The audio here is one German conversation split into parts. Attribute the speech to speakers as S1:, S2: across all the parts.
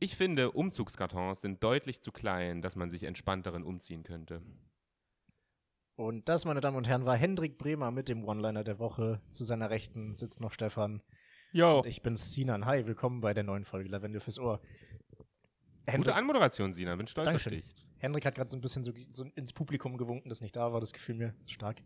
S1: Ich finde, Umzugskartons sind deutlich zu klein, dass man sich entspannt darin umziehen könnte.
S2: Und das, meine Damen und Herren, war Hendrik Bremer mit dem One-Liner der Woche. Zu seiner Rechten sitzt noch Stefan.
S1: Jo.
S2: Und ich bin Sinan. Hi, willkommen bei der neuen Folge Lavendel fürs Ohr.
S1: Gute
S2: Hendrik,
S1: Anmoderation, Sina. Bin stolz
S2: Dankeschön.
S1: auf dich.
S2: Hendrik hat gerade so ein bisschen so, so ins Publikum gewunken, das nicht da war. Das gefiel mir stark.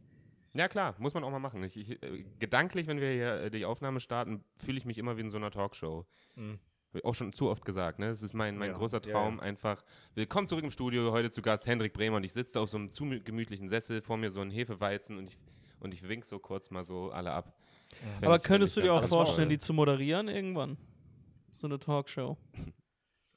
S1: Ja, klar, muss man auch mal machen. Ich, ich, äh, gedanklich, wenn wir hier äh, die Aufnahme starten, fühle ich mich immer wie in so einer Talkshow.
S2: Mhm.
S1: Hab ich Auch schon zu oft gesagt, ne? Es ist mein, mein
S2: Ja,
S1: großer
S2: ja,
S1: Traum, einfach. Willkommen zurück im Studio. Heute zu Gast Hendrik Bremer und ich sitze da auf so einem zu gemütlichen Sessel, vor mir so ein Hefeweizen und ich, und ich wink so kurz mal so alle ab. Fänd
S3: Aber
S1: ich-
S3: könntest du
S1: fänd ich
S3: dir auch
S1: ganz
S3: vorstellen,
S1: toll.
S3: die zu moderieren irgendwann? So eine Talkshow.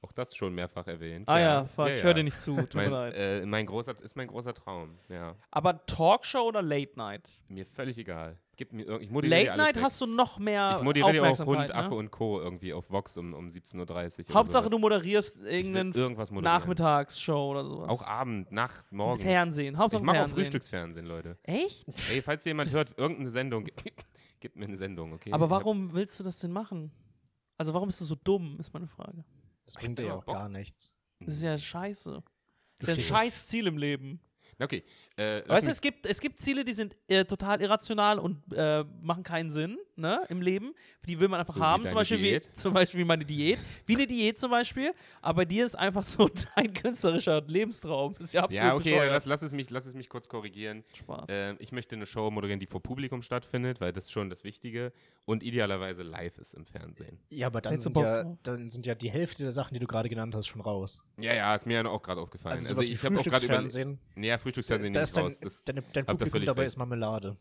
S1: Auch das schon mehrfach erwähnt.
S3: Ah ja, fuck, ich höre dir nicht zu, tut mir
S1: Mein,
S3: leid.
S1: äh, mein großer, ist mein großer Traum, ja.
S3: Aber Talkshow oder Late Night?
S1: Mir völlig egal. Gib mir irgend- ich moderiere dir
S3: Late
S1: alles
S3: Night
S1: weg.
S3: hast du noch mehr
S1: Ich moderiere dir auch Hund,
S3: Aufmerksamkeit.
S1: Affe
S3: ne?
S1: und Co. irgendwie auf Vox um, um 17.30 Uhr.
S3: Hauptsache,
S1: oder
S3: du moderierst
S1: Ich will
S3: irgendeinen
S1: irgendwas moderieren.
S3: Nachmittagsshow oder sowas.
S1: Auch Abend, Nacht, morgens.
S3: Fernsehen.
S1: Ich
S3: Hauptsache
S1: mache auch
S3: Fernsehen.
S1: Frühstücksfernsehen, Leute.
S3: Echt?
S1: Ey, falls jemand hört, irgendeine Sendung, gib mir eine Sendung, okay?
S3: Aber warum willst du das denn machen? Also warum bist du so dumm, ist meine Frage.
S2: Das
S1: Ich
S2: bringt
S1: hab
S2: dir ja
S1: aber
S2: auch gar nichts.
S3: Das ist ja scheiße. Das ist ja ein
S2: stehst-
S3: scheiß Ziel im Leben.
S1: Na, Okay. Äh, lass
S3: Weißt du,
S1: mich-
S3: es gibt, es gibt Ziele, die sind äh, total irrational und äh, machen keinen Sinn ne, im Leben. Die will man einfach
S1: So wie
S3: haben. Zum
S1: deine
S3: Beispiel, wie,
S1: Diät.
S3: zum Beispiel wie meine Diät. Wie eine Diät zum Beispiel. Aber dir ist einfach so dein künstlerischer Lebenstraum. Ist ja absolut
S1: ja, okay, dann
S3: bescheuert.
S1: lass, lass, es mich, lass es mich kurz korrigieren.
S3: Spaß.
S1: Ähm, ich möchte eine Show moderieren, die vor Publikum stattfindet, weil das ist schon das Wichtige und idealerweise live ist im Fernsehen.
S2: Ja, aber dann
S3: Hättest du
S2: sind
S3: Bock
S2: ja,
S1: ne?
S3: drauf?
S2: dann sind ja die Hälfte der Sachen, die du gerade genannt hast, schon raus.
S1: Ja, ja, ist mir ja auch gerade aufgefallen.
S2: Also, sowas wie
S1: ich habe auch gerade über.
S2: Frühstücksfernsehen.
S1: Naja, Frühstücksfernsehen
S2: da
S1: nicht
S2: ist dein,
S1: raus. Das,
S2: deine, dein
S1: da
S2: Publikum
S1: völlig
S2: dabei
S1: recht.
S2: ist Marmelade.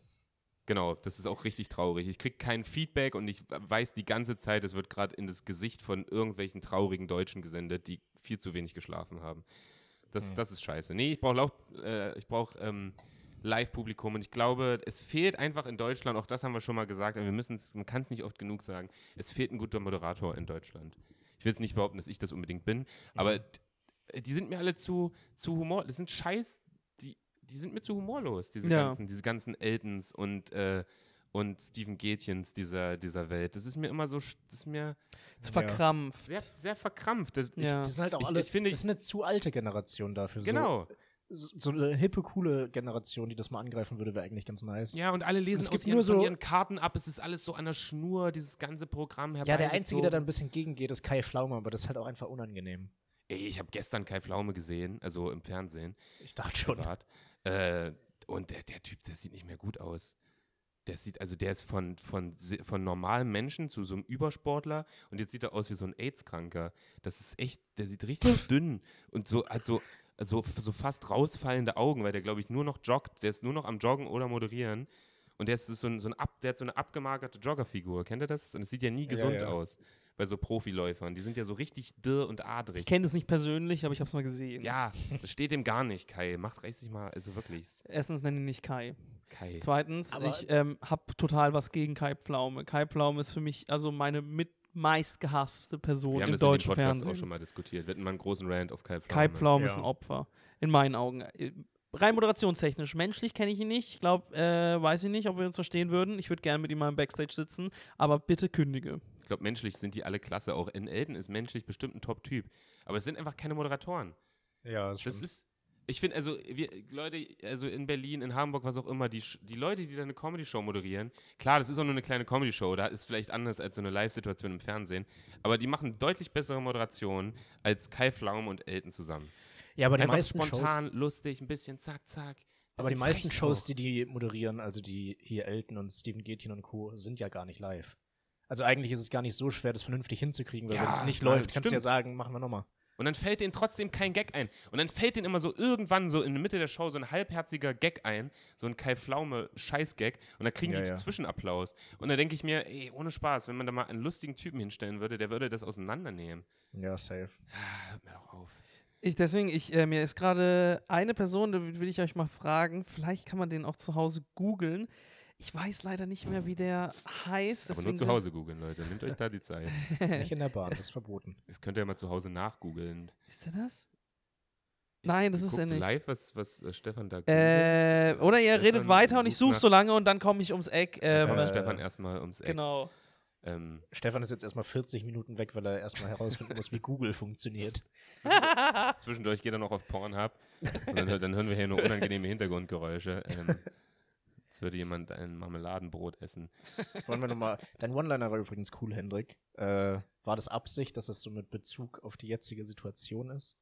S1: Genau, das ist auch richtig traurig. Ich kriege kein Feedback und ich weiß die ganze Zeit, es wird gerade in das Gesicht von irgendwelchen traurigen Deutschen gesendet, die viel zu wenig geschlafen haben.
S3: Mhm.
S1: Das, das ist scheiße. Nee, ich brauche äh, ich brauch, ähm, Live-Publikum und ich glaube, es fehlt einfach in Deutschland, auch das haben wir schon mal gesagt, aber wir müssen's, man kann es nicht oft genug sagen, es fehlt ein guter Moderator in Deutschland. Ich will jetzt nicht behaupten, dass ich das unbedingt bin, aber
S3: Mhm.
S1: d- die sind mir alle zu, zu humor, das sind scheiß, die, die sind mir zu humorlos, diese
S3: Ja.
S1: ganzen, diese ganzen Eltons und, äh, und Steven Gätchens dieser, dieser Welt. Das ist mir immer so, sch- das ist mir
S3: Zu
S2: ja.
S3: verkrampft.
S1: sehr, sehr verkrampft. Das, ich,
S3: Ja.
S2: Die sind halt auch
S1: Ich-
S2: alle,
S1: ich finde-
S2: das ist eine zu alte Generation dafür. So,
S1: Genau.
S2: so so eine hippe, coole Generation, die das mal angreifen würde, wäre eigentlich ganz nice.
S1: Ja, und alle lesen
S2: es
S1: aus
S2: gibt
S1: ihren,
S2: nur
S1: von
S2: so-
S1: ihren Karten ab. Es ist alles so an der Schnur, dieses ganze Programm
S2: Ja, der Einzige, der
S1: herbeigezogen.
S2: da ein bisschen gegengeht, ist Kai Flaume, aber das ist halt auch einfach unangenehm.
S1: Ey, ich habe gestern Kai Pflaume gesehen, also im Fernsehen,
S2: Ich dachte schon.
S1: privat. Äh, und der, der Typ, der sieht nicht mehr gut aus. Der sieht, also der ist von, von, se- von normalem Menschen zu so einem Übersportler und jetzt sieht er aus wie so ein AIDS-Kranker. Das ist echt, der sieht richtig dünn und so, hat so, so, so fast rausfallende Augen, weil der, glaube ich, nur noch joggt. Der ist nur noch am Joggen oder moderieren. Und der ist so ein, so ein ab, der hat so eine abgemagerte Joggerfigur. Kennt ihr das? Und es sieht ja nie gesund
S2: ja.
S1: aus bei so Profiläufern. Die sind ja so richtig dürr und adrig.
S3: Ich kenne das nicht persönlich, aber ich habe es mal gesehen.
S1: Ja, das steht dem gar nicht, Kai. Macht reiß dich mal, also wirklich,
S3: Erstens nenne ich nicht Kai.
S1: Kai.
S3: Zweitens,
S2: Aber-
S3: ich ähm, habe total was gegen Kai Pflaume. Kai Pflaume ist für mich also meine mit meist gehasste Person
S1: Wir haben
S3: im
S1: das in dem
S3: deutschen
S1: Podcast
S3: Fernsehen.
S1: auch schon mal diskutiert. Wir hatten mal einen großen Rant auf Kai Pflaume.
S3: Kai Pflaume ist
S2: Ja.
S3: ein Opfer. In meinen Augen. Äh, Rein moderationstechnisch. Menschlich kenne ich ihn nicht. Ich glaube, äh, weiß ich nicht, ob wir uns verstehen würden. Ich würde gerne mit ihm mal im Backstage sitzen, aber bitte kündige.
S1: Ich glaube, menschlich sind die alle klasse. Auch in Elden ist menschlich bestimmt ein Top-Typ. Aber es sind einfach keine Moderatoren.
S2: Ja,
S1: Das ist. Ich finde, also, wir, Leute, also in Berlin, in Hamburg, was auch immer, die, Sch- die Leute, die da eine Comedy-Show moderieren, klar, das ist auch nur eine kleine Comedy-Show, da ist vielleicht anders als so eine Live-Situation im Fernsehen, aber die machen deutlich bessere Moderationen als Kai Pflaume und Elton zusammen.
S2: ja, aber die
S1: Einfach
S2: meisten Shows,
S1: spontan, lustig, ein bisschen zack, zack.
S2: aber die
S1: Bisschen
S2: meisten
S1: frech
S2: Shows,
S1: auch.
S2: die die moderieren, also die hier Elton und Steven Gätchen und Co., sind ja gar nicht live. Also eigentlich ist es gar nicht so schwer, das vernünftig hinzukriegen, weil
S1: Ja,
S2: wenn es nicht
S1: Mann,
S2: läuft, kannst du ja
S1: stimmt.
S2: sagen, machen wir nochmal.
S1: Und dann fällt denen trotzdem kein Gag ein. Und dann fällt denen immer so irgendwann so in der Mitte der Show so ein halbherziger Gag ein, so ein Kai Pflaume Scheißgag. Und dann kriegen
S2: Ja,
S1: die
S2: ja.
S1: Zwischenapplaus. Und da denke ich mir, ey, ohne Spaß, wenn man da mal einen lustigen Typen hinstellen würde, der würde das auseinandernehmen.
S2: Ja, safe.
S1: Ah, Hört mir doch auf.
S3: Ich deswegen, ich, äh, mir ist gerade eine Person, da will ich euch mal fragen, vielleicht kann man den auch zu Hause googeln. Ich weiß leider nicht mehr, wie der heißt.
S1: Aber nur
S3: deswegen
S1: zu
S3: sind-
S1: Hause googeln, Leute. Nehmt euch da die Zeit.
S2: Nicht in der Bahn, das ist verboten.
S1: Das könnt ihr mal zu Hause nachgoogeln.
S3: Ist der das? Nein, das ist
S1: Guckt
S3: er nicht.
S1: live, was, was äh, Stefan da
S3: Äh, oder ihr
S1: Stefan
S3: redet weiter und ich
S1: sucht
S3: suche so lange und dann komme ich ums Eck.
S1: Dann
S3: Ähm,
S1: kommt
S2: äh,
S1: Stefan erstmal ums Eck.
S3: genau.
S1: Ähm,
S2: Stefan ist jetzt erstmal 40 Minuten weg, weil er erstmal herausfinden muss, wie Google funktioniert.
S1: zwischendurch geht er noch auf Pornhub. Und dann, hör- dann hören wir hier nur unangenehme Hintergrundgeräusche. Ähm, jetzt würde jemand ein Marmeladenbrot essen.
S2: Wollen wir nochmal. Dein One-Liner war übrigens cool, Hendrik. Äh, war das Absicht, dass das so mit Bezug auf die jetzige Situation ist?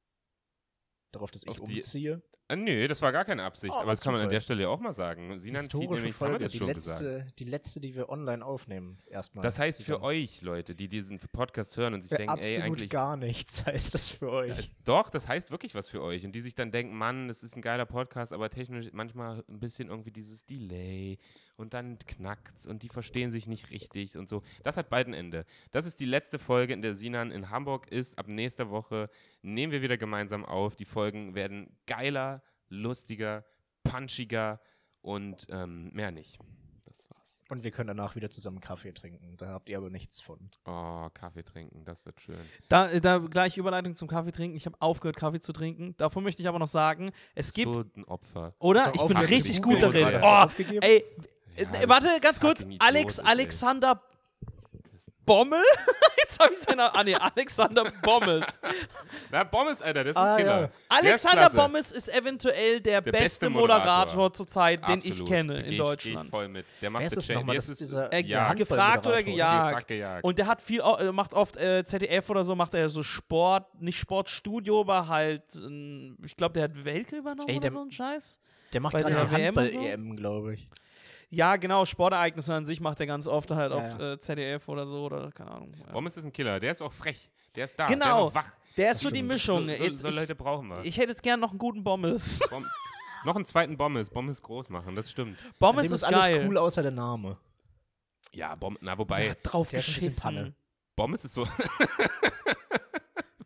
S2: Darauf, dass ich
S1: Auf die-
S2: umziehe?
S1: Ah, nö, das war gar keine Absicht,
S2: Oh,
S1: aber das kann man an
S2: Zufall.
S1: der Stelle ja auch mal sagen. Sinan zieht
S2: Historische
S1: nämlich, haben wir
S2: Folge,
S1: das
S2: die
S1: schon gesagt.
S2: letzte, die letzte, die wir online aufnehmen, erstmal.
S1: Das heißt für
S2: zusammen.
S1: euch, Leute, die diesen Podcast hören und sich
S2: Für
S1: denken, ey,
S2: absolut
S1: eigentlich.
S2: gar nichts heißt das für euch.
S1: Ja, es- doch, das heißt wirklich was für euch. Und die sich dann denken, Mann, das ist ein geiler Podcast, aber technisch manchmal ein bisschen irgendwie dieses Delay und dann knackt's und die verstehen sich nicht richtig und so. Das hat bald ein Ende. Das ist die letzte Folge, in der Sinan in Hamburg ist. Ab nächster Woche nehmen wir wieder gemeinsam auf. Die Folgen werden geiler, lustiger, punchiger und ähm, mehr nicht. Das war's.
S2: Und wir können danach wieder zusammen Kaffee trinken. Da habt ihr aber nichts von.
S1: Oh, Kaffee trinken, das wird schön.
S3: Da, äh, da gleich Überleitung zum Kaffee trinken. Ich habe aufgehört, Kaffee zu trinken. Davon möchte ich aber noch sagen, es gibt,
S1: so ein Opfer.
S3: oder?
S2: Hast du
S3: Ich bin
S1: aufgehört
S3: richtig
S1: zu
S3: gut
S1: googeln?
S3: darin.
S1: Hast du
S3: Oh,
S2: aufgegeben?
S3: ey, äh,
S1: Ja, das
S3: warte, ganz kurz.
S1: fucking
S3: Alex,
S1: Idiot ist, ey.
S3: Alexander Bommel? Jetzt habe ich seinen Namen. Ah, nee, Alexander Bommes.
S1: Na, Bommes, Alter, das ist
S2: Ah,
S1: ein Killer.
S2: ja.
S1: Der ist
S3: Alexander
S1: klasse.
S3: Bommes ist eventuell der,
S1: Der
S3: beste,
S1: beste
S3: Moderator,
S1: Moderator.
S3: zurzeit, den ich
S1: Absolut. Da
S3: kenne
S1: geh
S3: in
S1: ich- Geh
S3: Deutschland.
S1: ich voll mit. Der macht
S2: Wer ist
S1: das
S2: das nochmal?
S1: Das
S2: Das ist dieser
S3: Äh,
S1: ja,
S2: Handball-
S3: gefragt oder
S2: Moderator.
S3: gejagt.
S1: Gefragt, gejagt.
S3: Und der hat viel, au- äh, macht oft äh, ZDF oder so, macht er so Sport, nicht Sportstudio, aber halt, ähm, ich glaube, der hat Welke übernommen
S2: Ey,
S3: oder
S2: der-
S3: so einen Scheiß.
S2: Der macht
S3: Bei
S2: gerade
S3: der
S2: eine
S3: WM und so?
S2: Handball-EM, glaube ich.
S3: Ja, genau, Sportereignisse an sich macht er ganz oft halt
S2: Ja,
S3: auf
S2: ja.
S3: Äh, ZDF oder so oder keine Ahnung. Ja.
S1: Bommes ist ein Killer. Der ist auch frech. Der ist da.
S3: Genau.
S1: Der ist wach.
S3: Der ist so die
S2: stimmt.
S3: Mischung.
S1: so, so,
S3: Jetzt,
S1: so
S3: ich,
S1: Leute brauchen wir.
S3: ich hätte jetzt gern noch einen guten Bommes.
S1: Bom noch einen zweiten Bommes. Bommes groß machen. Das stimmt.
S2: An
S3: Bommes
S2: dem
S3: ist
S2: ist alles
S3: geil.
S2: cool, außer der Name.
S1: Ja, Bom na wobei,
S3: Er hat drauf
S2: Der ist ein bisschen
S3: geschissen.
S2: Panne.
S1: Bommes ist so.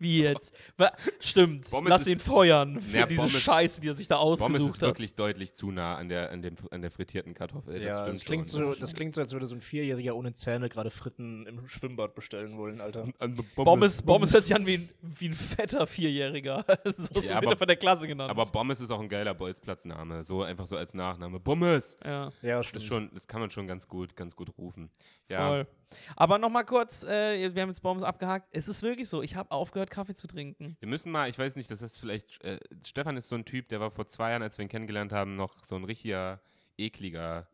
S3: Wie jetzt? Wa- Stimmt,
S1: Bommes
S3: lass
S1: ist-
S3: ihn feuern für
S1: Ja,
S3: diese
S1: Bommes-
S3: Scheiße, die er sich da ausgesucht
S1: Bommes ist
S3: hat.
S1: wirklich deutlich zu nah an der, an dem, an der frittierten Kartoffel. Das
S2: ja,
S1: stimmt
S2: das klingt,
S1: schon.
S2: so, das klingt so, als würde so ein Vierjähriger ohne Zähne gerade Fritten im Schwimmbad bestellen wollen, Alter.
S1: An Bommes.
S3: Bommes, Bommes hört sich an wie ein, wie ein fetter Vierjähriger. so so
S1: Ja, aber-
S3: wird er von der Klasse genannt.
S1: Aber Bommes ist auch ein geiler Bolzplatzname. So einfach so als Nachname. Bommes.
S3: ja,
S2: Ja,
S1: Das, ist schon, das kann man schon ganz gut, ganz gut rufen. Ja,
S3: voll. Aber nochmal kurz, äh, wir haben jetzt Bommes abgehakt. Es ist wirklich so, ich habe aufgehört, Kaffee zu trinken.
S1: Wir müssen mal, ich weiß nicht, das ist vielleicht, äh, Stefan ist so ein Typ, der war vor zwei Jahren, als wir ihn kennengelernt haben, noch so ein richtiger, ekliger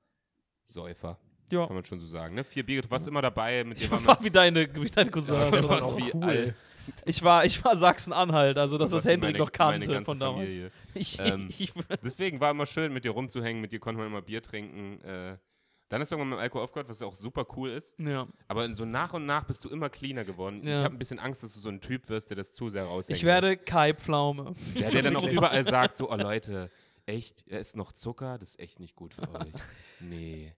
S1: Säufer,
S3: Ja.
S1: kann man schon so sagen. Ne? Vier Bier, du warst immer dabei, mit dir
S3: Ich
S1: waren
S3: war wie deine, wie deine Cousins.
S1: wir
S2: war
S3: oder
S1: fast
S2: auch
S3: so.
S1: wie
S2: cool.
S1: all-
S3: Ich war, ich war Sachsen-Anhalt, also das,
S1: fast
S3: was
S1: wie
S3: Hendrik
S1: meine-
S3: noch
S1: meine
S3: kannte
S1: ganze
S3: von damals.
S1: Familie.
S3: Ich,
S1: Ähm,
S3: ich,
S1: Deswegen war immer schön, mit dir rumzuhängen, mit dir konnte man immer Bier trinken. Äh, dann ist irgendwann mit dem Alkohol aufgehört, was auch super cool ist.
S3: ja.
S1: Aber so nach und nach bist du immer cleaner geworden.
S3: Ja.
S1: Ich habe ein bisschen Angst, dass du so ein Typ wirst, der das zu sehr raushängt.
S3: ich werde Kai Pflaume.
S1: Ja, der dann auch überall sagt, so, oh Leute, echt, da ist noch Zucker, das ist echt nicht gut für euch. Nee.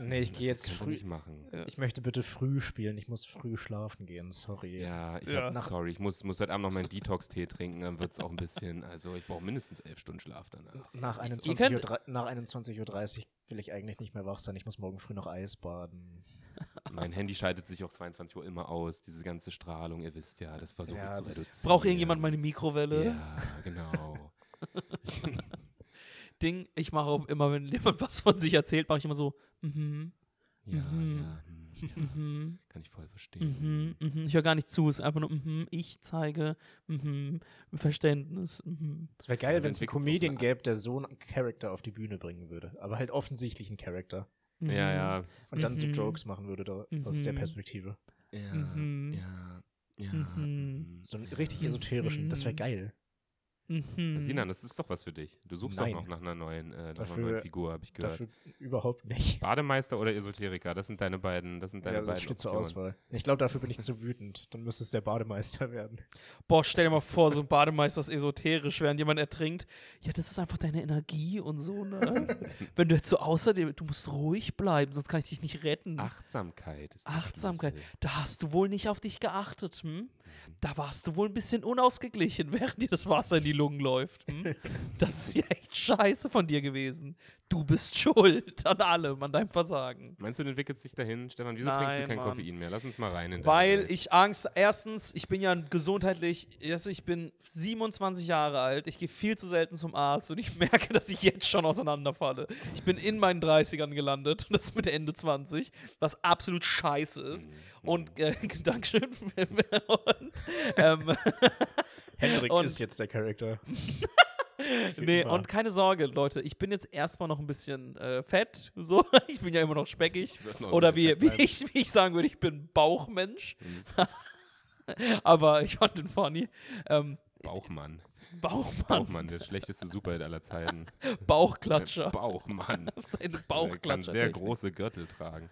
S2: Nee, ich
S1: Das
S2: gehe jetzt
S1: kannst du
S2: früh.
S1: nicht machen.
S3: Ja.
S2: Ich möchte bitte früh spielen. Ich muss früh schlafen gehen. Sorry.
S1: Ja, ich
S3: Ja.
S1: Hab,
S3: Nach-
S1: sorry, ich muss, muss heute Abend noch meinen Detox-Tee trinken, dann wird es auch ein bisschen, also ich brauche mindestens elf Stunden Schlaf danach.
S2: Nach
S3: Ihr
S2: 21.30
S3: könnt-
S2: Uhr, drei- nach 21.30 Uhr will ich eigentlich nicht mehr wach sein. Ich muss morgen früh noch Eis baden.
S1: Mein Handy schaltet sich auch 22 Uhr immer aus, diese ganze Strahlung, ihr wisst ja, das versuche
S2: Ja,
S1: ich zu
S2: das-
S1: reduzieren.
S3: Braucht irgendjemand meine Mikrowelle?
S1: Ja, genau.
S3: Ding, ich mache auch immer, wenn jemand was von sich erzählt, mache ich immer so, mhm,
S1: Ja,
S3: Mhm.
S1: ja, hm, ja,
S3: mhm,
S1: kann ich voll verstehen.
S3: mhm, mhm. Ich höre gar nicht zu, es ist einfach nur, mhm, ich zeige, mhm, Verständnis, mhm.
S2: Es wäre geil,
S1: Ja,
S2: wenn es einen
S1: entwickelt's auf
S2: Comedian
S1: eine Art.
S2: gäbe, der so einen Charakter auf die Bühne bringen würde. Aber halt offensichtlich einen Charakter.
S3: mhm.
S1: Ja, ja,
S2: Und dann so
S3: Mhm.
S2: Jokes machen würde da, aus
S3: Mhm.
S2: der Perspektive.
S1: ja,
S3: Mhm.
S1: ja, ja. hm.
S3: Mhm.
S2: So einen richtig esoterischen. Das wäre
S3: Mhm.
S2: geil.
S3: Mhm.
S1: Sinan, das ist doch was für dich. Du suchst
S2: Nein.
S1: doch noch nach einer neuen, äh, nach einer
S2: Dafür-
S1: neuen Figur, habe ich gehört.
S2: Dafür überhaupt nicht.
S1: Bademeister oder Esoteriker, das sind deine beiden, das sind deine
S2: Ja,
S1: beiden
S2: das steht zur
S1: Optionen.
S2: Auswahl. Ich glaube, dafür bin ich zu wütend. Dann müsste es der Bademeister werden.
S3: Boah, stell dir mal vor, so ein Bademeister ist esoterisch, während jemand ertrinkt. Ja, das ist einfach deine Energie und so, ne? Wenn du jetzt so außerdem, du musst ruhig bleiben, sonst kann ich dich nicht retten.
S1: Achtsamkeit ist der
S3: Mhm. Achtsamkeit.
S1: Schlüssel.
S3: Da hast du wohl nicht auf dich geachtet, hm? Da warst du wohl ein bisschen unausgeglichen, während dir das Wasser in die Lungen läuft. Hm? Das ist ja echt scheiße von dir gewesen. Du bist schuld an allem, an deinem Versagen.
S1: Meinst du, du entwickelst dich dahin, Stefan? Wieso trinkst du
S3: Nein,
S1: kein
S3: Mann.
S1: Koffein mehr? Lass uns mal rein. In deine
S3: Weil
S1: Welt.
S3: ich Angst, erstens, ich bin ja gesundheitlich, erst ich bin 27 Jahre alt, ich gehe viel zu selten zum Arzt und ich merke, dass ich jetzt schon auseinanderfalle. Ich bin in meinen 30ern gelandet und das mit Ende 20, was absolut scheiße ist.
S1: Mhm.
S3: Und äh, Dankeschön. und, ähm,
S2: Henrik
S3: Und-
S2: ist jetzt der Charakter.
S3: nee,
S2: immer.
S3: und keine Sorge, Leute, ich bin jetzt erstmal noch ein bisschen äh, fett, so, ich bin ja immer noch speckig.
S1: wirst noch ein
S3: Oder
S1: bisschen
S3: wie, wie,
S1: Oh, fett bleiben.
S3: ich, wie ich sagen würde, ich bin Bauchmensch,
S1: Mhm.
S3: aber ich fand den funny. Ähm,
S1: Bauchmann.
S3: Bauchmann.
S1: Bauchmann, der schlechteste Superheld aller Zeiten.
S3: Bauchklatscher.
S1: Bauchmann.
S3: Seine
S1: Der kann
S3: Bauchklatscher.
S1: sehr große Gürtel tragen.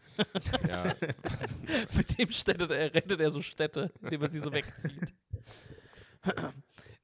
S1: ja.
S3: Mit dem städtet er, rettet er so Städte, indem er sie so wegzieht.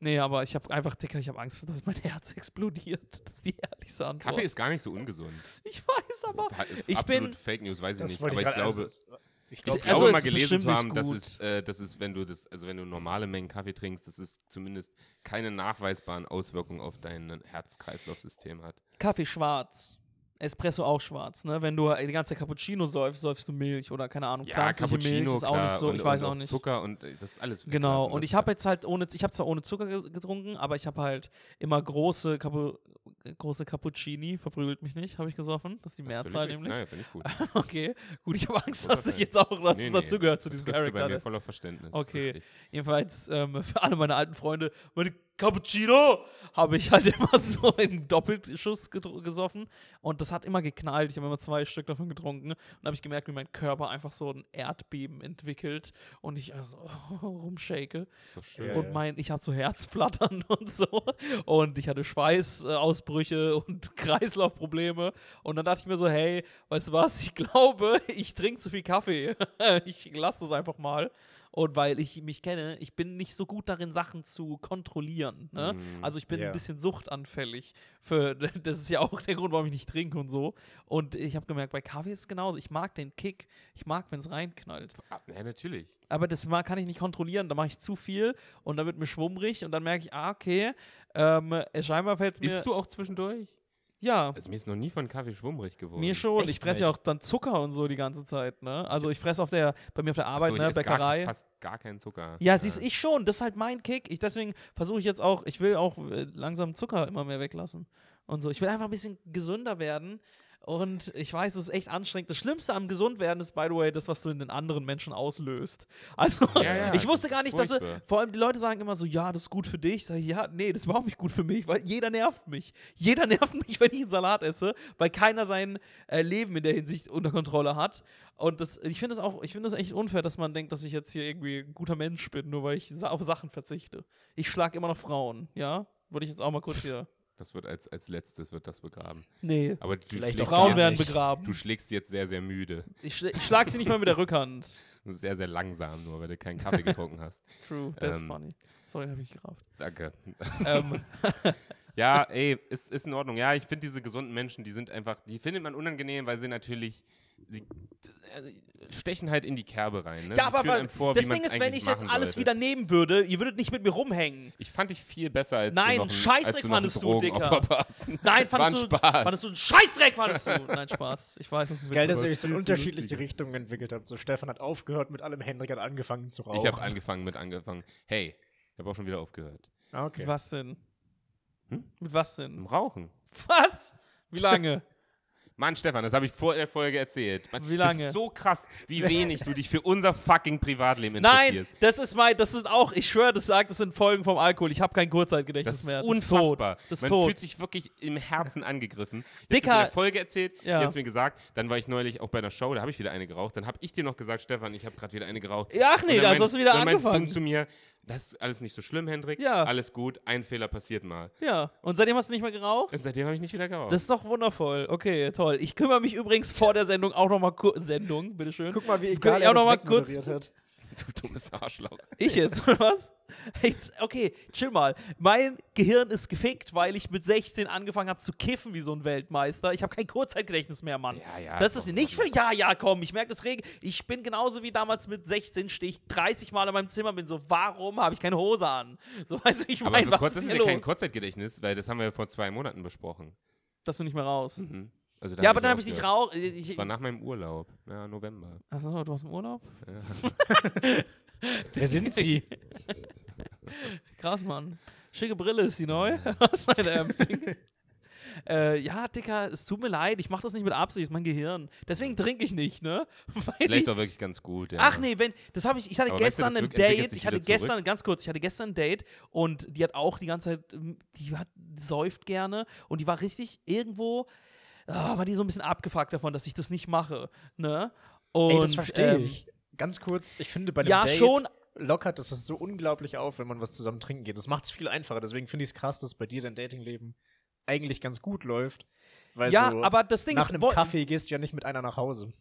S3: nee, aber ich habe einfach, Dicker, ich habe Angst, dass mein Herz explodiert. Das ist die ehrlichste Antwort.
S1: Kaffee ist gar nicht so ungesund.
S3: ich weiß aber.
S1: Ha-
S3: Ich
S1: Absolut
S3: bin-
S1: Fake News, weiß ich
S2: Das
S1: nicht.
S2: wollte
S1: Aber ich,
S2: ich, gerade-
S1: glaube,
S2: also, ich
S1: ich
S2: glaube,
S1: glaube
S3: also
S1: mal
S3: es ist
S1: gelesen zu
S3: bestimmt
S1: haben,
S3: nicht
S1: dass
S3: gut.
S1: es, äh, dass es, wenn du das, also wenn du normale Mengen Kaffee trinkst, dass es zumindest keine nachweisbaren Auswirkungen auf dein Herz-Kreislauf-System hat.
S3: Kaffee schwarz. Espresso auch schwarz, ne? Wenn du die ganze Zeit Cappuccino säufst, säufst du Milch oder keine Ahnung,
S1: Ja,
S3: pflanzliche Milch
S1: Cappuccino,
S3: ist auch
S1: klar,
S3: nicht so,
S1: und,
S3: ich weiß
S1: und
S3: auch nicht.
S1: Zucker und äh, das ist alles
S3: Genau,
S1: weglassen,
S3: und
S1: das
S3: ich habe jetzt halt ohne, ich habe zwar ohne Zucker ge- getrunken, aber ich habe halt immer große, Capu große Cappuccini, verprügelt mich nicht, habe ich gesoffen. Das ist die
S1: das finde ich
S3: Mehrzahl
S1: echt-
S3: nämlich.
S1: Naja, finde ich gut.
S3: Okay, gut, ich habe Angst,
S1: Guter
S3: dass ich
S1: Fan.
S3: jetzt auch, dass
S1: Nee,
S3: es
S1: nee,
S3: dazugehört zu
S1: das
S3: diesem
S1: kriegst du bei
S3: Charakter.
S1: mir
S3: ne?
S1: voller Verständnis.
S3: Okay.
S1: Richtig.
S3: Jedenfalls ähm, für alle meine alten Freunde, meine Cappuccino habe ich halt immer so in Doppelschuss gedr- gesoffen und das hat immer geknallt. Ich habe immer zwei Stück davon getrunken und habe ich gemerkt, wie mein Körper einfach so ein Erdbeben entwickelt und ich also rumshake.
S1: So schön.
S2: Ja,
S3: und
S2: ja.
S3: mein, ich hatte so Herzflattern und so. Und ich hatte Schweißausbrüche und Kreislaufprobleme. Und dann dachte ich mir so, hey, weißt du was, ich glaube, ich trinke zu viel Kaffee. Ich lasse das einfach mal. Und weil ich mich kenne, ich bin nicht so gut darin, Sachen zu kontrollieren. Ne?
S1: Mhm.
S3: Also ich bin
S2: Ja.
S3: ein bisschen suchtanfällig. Für, das ist ja auch der Grund, warum ich nicht trinke und so. Und ich habe gemerkt, bei Kaffee ist es genauso. Ich mag den Kick. Ich mag, wenn es reinknallt.
S1: Ah, Ja, natürlich.
S3: Aber das ma- kann ich nicht kontrollieren. Da mache ich zu viel und dann wird mir schwummrig und dann merke ich, ah, okay, ähm, äh, scheinbar fällt es mir.
S1: Isst du auch zwischendurch?
S3: Ja,
S1: Also mir ist noch nie von Kaffee schwummrig geworden.
S3: mir schon.
S2: Echt
S3: Ich fresse ja auch
S2: nicht?
S3: dann Zucker und so die ganze Zeit, ne? Also ich fresse auf der, bei mir auf der
S1: Ach so,
S3: Arbeit,
S1: ich
S3: ne,
S1: esse
S3: Bäckerei.
S1: Gar, fast gar keinen Zucker.
S3: ja, siehst du, ich schon. Das ist halt mein Kick. Ich, deswegen versuche ich jetzt auch, ich will auch äh, langsam Zucker immer mehr weglassen und so. Ich will einfach ein bisschen gesünder werden. Und ich weiß, es ist echt anstrengend. Das Schlimmste am Gesundwerden ist, by the way, das, was du in den anderen Menschen auslöst. Also,
S1: Ja, ja,
S3: ich wusste
S1: das
S3: gar
S1: ist
S3: nicht, dass
S1: furchtbar.
S3: sie, vor allem die Leute sagen immer so, ja, das ist gut für dich. Sag ich, ja, nee, das ist überhaupt nicht gut für mich, weil jeder nervt mich. Jeder nervt mich, wenn ich einen Salat esse, weil keiner sein äh, Leben in der Hinsicht unter Kontrolle hat. Und das, ich finde das auch, ich finde das echt unfair, dass man denkt, dass ich jetzt hier irgendwie ein guter Mensch bin, nur weil ich sa- auf Sachen verzichte. Ich schlage immer noch Frauen, ja? Würde ich jetzt auch mal kurz hier.
S1: Das wird als, als letztes wird das begraben.
S3: Nee.
S1: Aber du
S2: Vielleicht
S1: schlägst
S2: auch gar
S3: Frauen
S1: jetzt-
S3: werden
S2: nicht.
S1: Du
S3: begraben.
S1: schlägst jetzt sehr, sehr müde.
S3: Ich, schl ich schlag sie nicht mal mit der Rückhand.
S1: Sehr, sehr langsam nur, weil du keinen Kaffee getrunken hast.
S3: True, that's
S1: Ähm.
S3: funny. Sorry, habe ich gerafft.
S1: Danke.
S3: ähm,
S1: Ja, ey, ist, ist in Ordnung. Ja, ich finde diese gesunden Menschen, die sind einfach, die findet man unangenehm, weil sie natürlich, sie äh, stechen halt in die Kerbe rein. Ne?
S3: Ja,
S1: Sie
S3: aber
S1: führen
S3: weil-
S1: einem vor, wie
S3: das Ding
S1: man's
S3: ist, wenn
S1: eigentlich
S3: ich jetzt
S1: machen
S3: alles
S1: sollte.
S3: wieder nehmen würde, ihr würdet nicht mit mir rumhängen.
S1: Ich fand dich viel besser als
S3: Nein,
S1: du noch ein,
S3: Scheißdreck
S1: als du, noch ein
S3: fandest du, Dicker.
S1: Drogenopfer warst.
S3: Nein,
S1: war ein
S3: fandest du,
S1: Spaß.
S3: fandest du einen Scheißdreck, fandest du. Nein, Spaß. Ich weiß, das ist ein
S2: geil,
S3: Witz,
S2: dass
S1: aber
S2: ihr euch
S1: es ist
S2: so in
S1: viel
S2: unterschiedliche
S1: lustiger.
S2: Richtungen entwickelt habt. So Stefan hat aufgehört mit allem, Henrik hat angefangen zu rauchen.
S1: Ich
S3: Oh.
S1: habe angefangen mit angefangen. Hey, ich habe auch schon wieder aufgehört.
S2: Ah,
S3: Mit
S2: okay.
S3: was denn?
S1: Hm?
S3: Mit was
S1: Im
S3: denn?
S1: Rauchen.
S3: Was? Wie lange?
S1: Mann, Stefan, das habe ich vor der Folge erzählt. Mann,
S3: Wie
S1: Das
S3: lange?
S1: ist so krass, wie wenig du dich für unser fucking Privatleben
S3: Nein,
S1: interessierst.
S3: das ist mein, das sind auch, ich schwöre, das sagt, das sind Folgen vom Alkohol. Ich habe kein
S1: Das
S3: Kurzzeitgedächtnis
S1: ist
S3: mehr.
S1: unfassbar.
S3: Das ist
S1: Man
S3: tot.
S1: fühlt sich wirklich im Herzen angegriffen. Jetzt
S3: Dicker-
S1: hast du in der Folge erzählt,
S3: Ja.
S1: jetzt mir gesagt, dann war ich neulich auch bei einer Show, da habe ich wieder eine geraucht. Dann habe ich dir noch gesagt, Stefan, ich habe gerade wieder eine geraucht.
S3: Ja, ach nee,
S1: Und dann
S3: also
S1: meinst-
S3: hast du wieder
S1: dann meinst
S3: angefangen.
S1: Du zu mir, das ist alles nicht so schlimm, Hendrik.
S3: Ja.
S1: Alles gut, ein Fehler passiert mal.
S3: Das ist ja. Und seitdem hast du nicht mehr geraucht?
S1: Und seitdem habe ich nicht wieder geraucht.
S3: Das ist doch wundervoll. Okay, toll. Ich kümmere mich übrigens vor der Sendung auch nochmal kurz. Sendung, bitteschön.
S2: Guck mal, wie
S3: egal
S2: egal
S3: er
S2: er
S3: das
S2: das
S3: wegmoderiert
S2: hat.
S1: du dummes Arschloch.
S3: Ich jetzt, oder was? Jetzt, okay, chill mal. Mein Gehirn ist gefickt, weil ich mit 16 angefangen habe zu kiffen wie so ein Weltmeister. Ich habe kein Kurzzeitgedächtnis mehr, Mann.
S1: Ja, ja,
S3: das
S1: ist
S3: ist
S1: doch
S3: nicht
S1: in
S3: für Ja, ja, komm. Ich merke das rege. Ich bin genauso wie damals mit 16, stehe ich 30 Mal in meinem Zimmer, bin so, warum habe ich keine Hose an? So, weißt du, ich
S1: Aber
S3: meine, was
S1: kurz,
S3: ist
S1: das
S3: hier
S1: ist ja kein
S3: los?
S1: Kurzzeitgedächtnis, weil das haben wir ja vor zwei Monaten besprochen.
S3: dass du nicht mehr raus.
S1: Mhm. Also
S3: ja, aber dann habe ich nicht
S1: aufgehört.
S3: raus.
S1: Das
S3: Ich,
S1: war nach meinem Urlaub, ja, November.
S3: achso, du hast im Urlaub?
S1: Ja.
S2: Wer sind Sie?
S3: Krass, Mann. Schicke Brille ist die neu. Was ist denn, ähm, äh, ja, Dicker, es tut mir leid. Ich mache das nicht mit Absicht, ist mein Gehirn. Deswegen trinke ich nicht, ne? Weil
S1: Vielleicht
S3: ich,
S1: auch wirklich ganz gut. Ja.
S3: ach nee, wenn das habe ich. Ich hatte
S1: Aber weißt du,
S3: gestern
S1: das
S3: ein
S1: wirk- entwickelt
S3: Date.
S1: sich
S3: Ich hatte
S1: wieder zurück.
S3: gestern ganz kurz. Ich hatte gestern ein Date und die hat auch die ganze Zeit, ähm, die hat säuft gerne und die war richtig irgendwo. ah, war die so ein bisschen abgefuckt davon, dass ich das nicht mache, ne? Und,
S2: Ey, das verstehe
S3: ähm,
S2: ich. Ganz kurz, ich finde bei einem
S3: ja,
S2: Date
S3: schon.
S2: lockert es das so unglaublich auf, wenn man was zusammen trinken geht. Das macht es viel einfacher. Deswegen finde ich es krass, dass bei dir dein Datingleben eigentlich ganz gut läuft. Weil
S3: ja,
S2: so
S3: aber das Ding
S2: also nach
S3: ist,
S2: einem
S3: wo-
S2: Kaffee gehst du ja nicht mit einer nach Hause.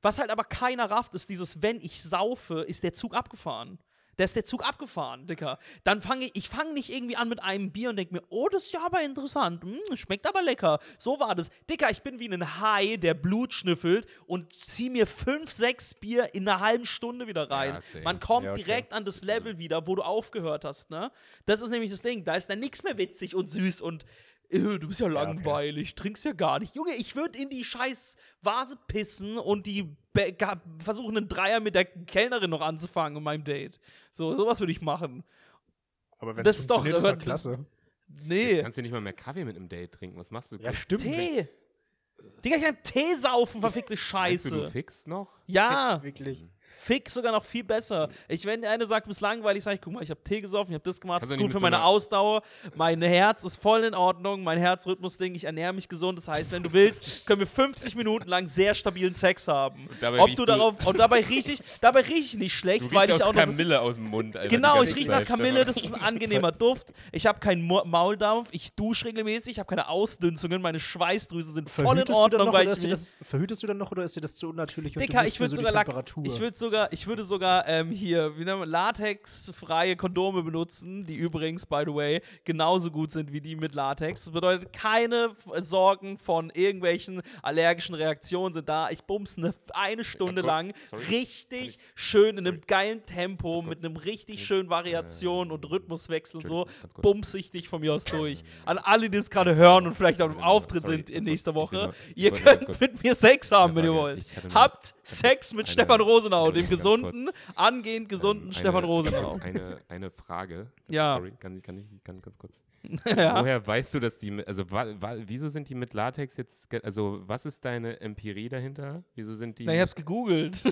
S3: Was halt aber keiner rafft, ist dieses, wenn ich saufe, ist der Zug abgefahren. Da ist der Zug abgefahren, Dicker. Dann fange ich, ich fange nicht irgendwie an mit einem Bier und denke mir, oh, das ist ja aber interessant, mm, schmeckt aber lecker. So war das. Dicker, ich bin wie ein Hai, der Blut schnüffelt und zieh mir fünf, sechs Bier in einer halben Stunde wieder rein.
S1: Ja, same.
S3: Man kommt
S2: Ja, okay.
S3: direkt an das Level wieder, wo du aufgehört hast, ne? Das ist nämlich das Ding. Da ist dann nichts mehr witzig und süß und äh, du bist ja
S2: okay.
S3: langweilig, trinkst ja gar nicht. Junge, ich würde in die scheiß Vase pissen und die Be- ga- versuchen, einen Dreier mit der Kellnerin noch anzufangen in meinem Date. So, sowas würde ich machen.
S2: Aber wenn
S3: Das
S2: es
S3: ist doch-
S2: funktioniert, ist
S3: aber-
S2: doch klasse.
S1: Jetzt
S3: Nee.
S1: kannst du nicht mal mehr Kaffee mit einem Date trinken. Was machst du?
S2: Ja, stimmt.
S3: Tee. Digga, ich kann Tee saufen, verfickte
S1: Meinst Du, du
S3: Scheiße.
S1: fixst noch?
S3: Ja.
S2: Wirklich.
S3: Fick sogar noch viel besser. Ich, wenn einer sagt, du bist langweilig, sag ich, guck mal, ich habe Tee gesoffen, ich habe das gemacht, das
S1: Kannst
S3: ist
S1: du nicht
S3: gut für
S1: mit so
S3: meine
S1: einer-
S3: Ausdauer, mein Herz ist voll in Ordnung, mein Herzrhythmus-Ding, ich ernähre mich gesund. Das heißt, wenn du willst, können wir 50 Minuten lang sehr stabilen Sex haben.
S1: dabei
S3: Ob
S1: riechst
S3: du
S1: du-
S3: darauf, und dabei rieche ich, dabei riech ich nicht schlecht,
S1: Du
S3: weil
S1: riechst
S3: ich
S1: aus
S3: auch noch.
S1: Kamille aus dem Mund. Alter, die
S3: Genau, ich
S1: ganze
S3: rieche
S1: Zeit,
S3: nach Kamille, das
S1: Stefan.
S3: ist ein angenehmer Duft. Ich habe keinen Mo- Mauldampf, ich dusche regelmäßig, ich habe keine Ausdünzungen, meine Schweißdrüsen sind voll in
S2: Verhütest du, dann
S3: Ordnung,
S2: noch,
S3: weil
S2: oder
S3: ich
S2: ist dir
S3: mich-
S2: das, verhütest du dann noch oder ist dir das zu unnatürlich und
S3: Dicker,
S2: du
S3: ich
S2: ich nur
S3: würde
S2: so die
S3: sogar, Lack-
S2: Temperatur?
S3: ich würde sogar, ich würde sogar ähm, hier, wie nennt man, latexfreie Kondome benutzen, die übrigens, by the way, genauso gut sind wie die mit Latex. Das bedeutet, keine F- Sorgen von irgendwelchen allergischen Reaktionen sind da. Ich bumse eine, eine Stunde
S1: kurz,
S3: lang
S1: sorry. Kann
S3: richtig
S1: ich-
S3: schön in einem
S1: sorry.
S3: geilen Tempo, mit einem richtig schönen Variation und Rhythmuswechsel und so,
S1: Ähm, Entschuldigung, ganz kurz.
S3: bumse ich dich von mir aus durch. An alle, die es gerade hören und vielleicht auf dem
S1: Sorry,
S3: Auftritt
S1: Äh, sorry,
S3: sind in
S1: ganz kurz.
S3: nächster
S1: Ich will
S3: Woche,
S1: nur- ich
S3: ihr
S1: wollte nur ganz
S3: könnt
S1: kurz-
S3: mit mir Sex haben, wenn ihr
S1: Frage.
S3: wollt.
S1: Ich hatte nur-
S3: Habt
S1: Ich hab
S3: Sex
S1: jetzt
S3: mit
S1: eine-
S3: Stefan Rosenau,
S1: eine-
S3: dem
S1: ganz
S3: gesunden,
S1: kurz.
S3: angehend gesunden
S1: Ähm,
S3: Stefan
S1: eine-
S3: Rosenau.
S1: Eine, eine Frage.
S3: Ja.
S1: Sorry, kann ich, kann ich kann ganz kurz.
S3: ja.
S1: Woher weißt du, dass die, mit- also wa, wa, wieso sind die mit Latex jetzt, ge- also was ist deine Empirie dahinter? Wieso sind die?
S3: Na, ich hab's gegoogelt.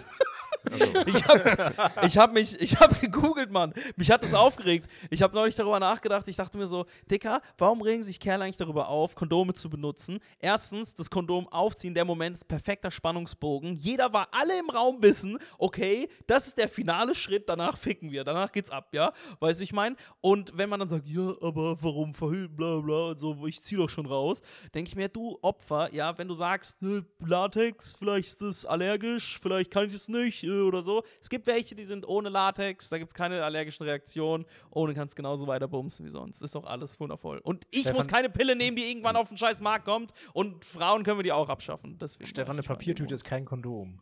S1: also,
S3: Ich hab, ich hab mich, ich hab gegoogelt, Mann. Mich hat das aufgeregt. Ich hab neulich darüber nachgedacht. Ich dachte mir so, Dicker, warum regen sich Kerle eigentlich darüber auf, Kondome zu benutzen? Erstens, das Kondom aufziehen, der Moment ist perfekter Spannungsbogen. Jeder war, alle im Raum wissen, okay, das ist der finale Schritt, danach ficken wir, danach geht's ab, ja? Weißt du, ich mein? Und wenn man dann sagt, ja, aber warum verhüllen, bla bla, und so, ich zieh doch schon raus, denke ich mir, du Opfer, ja, wenn du sagst, ne, Latex, vielleicht ist es allergisch, vielleicht kann ich es nicht äh, oder so. Es gibt welche, die sind ohne Latex, da gibt es keine allergischen Reaktionen, ohne kannst genauso weiter bumsen wie sonst. Ist doch alles wundervoll. Und ich
S2: Stefan-
S3: muss keine Pille nehmen, die irgendwann auf den scheiß Markt kommt und Frauen können wir die auch abschaffen. Deswegen
S2: Stefan, eine Papiertüte ist kein Kondom.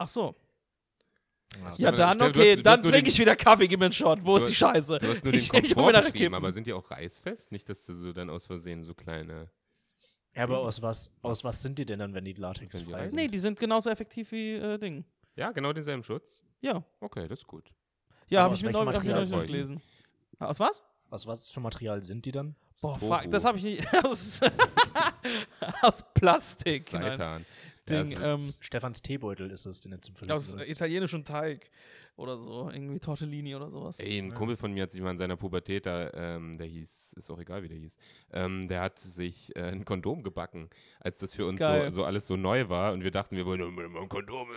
S3: Ach so. Ja,
S1: Stefan,
S3: dann
S1: Stefan, Ah, du
S3: okay,
S1: hast- du
S3: dann
S1: hast nur
S3: trinke
S1: den-
S3: ich wieder Kaffee, gib mir einen Shot. Wo
S1: Du
S3: ist die
S1: hast-
S3: Scheiße?
S1: du hast nur den
S3: Ich- ich hol mir
S1: Komfort
S3: nachher
S1: beschrieben,
S3: Kippen.
S1: aber sind die auch reißfest? Nicht, dass du so dann aus Versehen so kleine.
S2: Ja, aber aus was, aus was sind die denn dann, wenn die Latex
S1: Wenn die
S2: frei
S1: reisen.
S2: sind?
S3: Nee, die sind genauso effektiv wie äh, Ding.
S1: Ja, genau denselben Schutz.
S3: Ja.
S1: Okay, das ist gut.
S3: Ja,
S2: Aber
S3: habe
S2: aus
S3: ich mir
S2: welchem
S3: neulich hab ich
S2: Material
S3: mir neulich noch
S1: solchen?
S3: gelesen. Aus was?
S2: Aus was für Material sind die dann?
S3: Boah,
S1: Tofu.
S3: fuck, das habe ich nicht. Aus, aus Plastik. Nein.
S1: Seitan. Ja,
S3: Ding,
S1: das-
S3: ähm,
S2: Stefans Teebeutel ist es, den er zum Verhüten
S3: aus äh,
S2: benutzt.
S3: italienischem Teig oder so. Irgendwie Tortellini oder sowas.
S1: Ey, ein Kumpel von mir hat sich mal in seiner Pubertät, da, ähm, der hieß, ist auch egal, wie der hieß, ähm, der hat sich äh, ein Kondom gebacken, als das für uns so,
S3: Geil.
S1: so alles so neu war und wir dachten, wir wollen immer ein Kondom,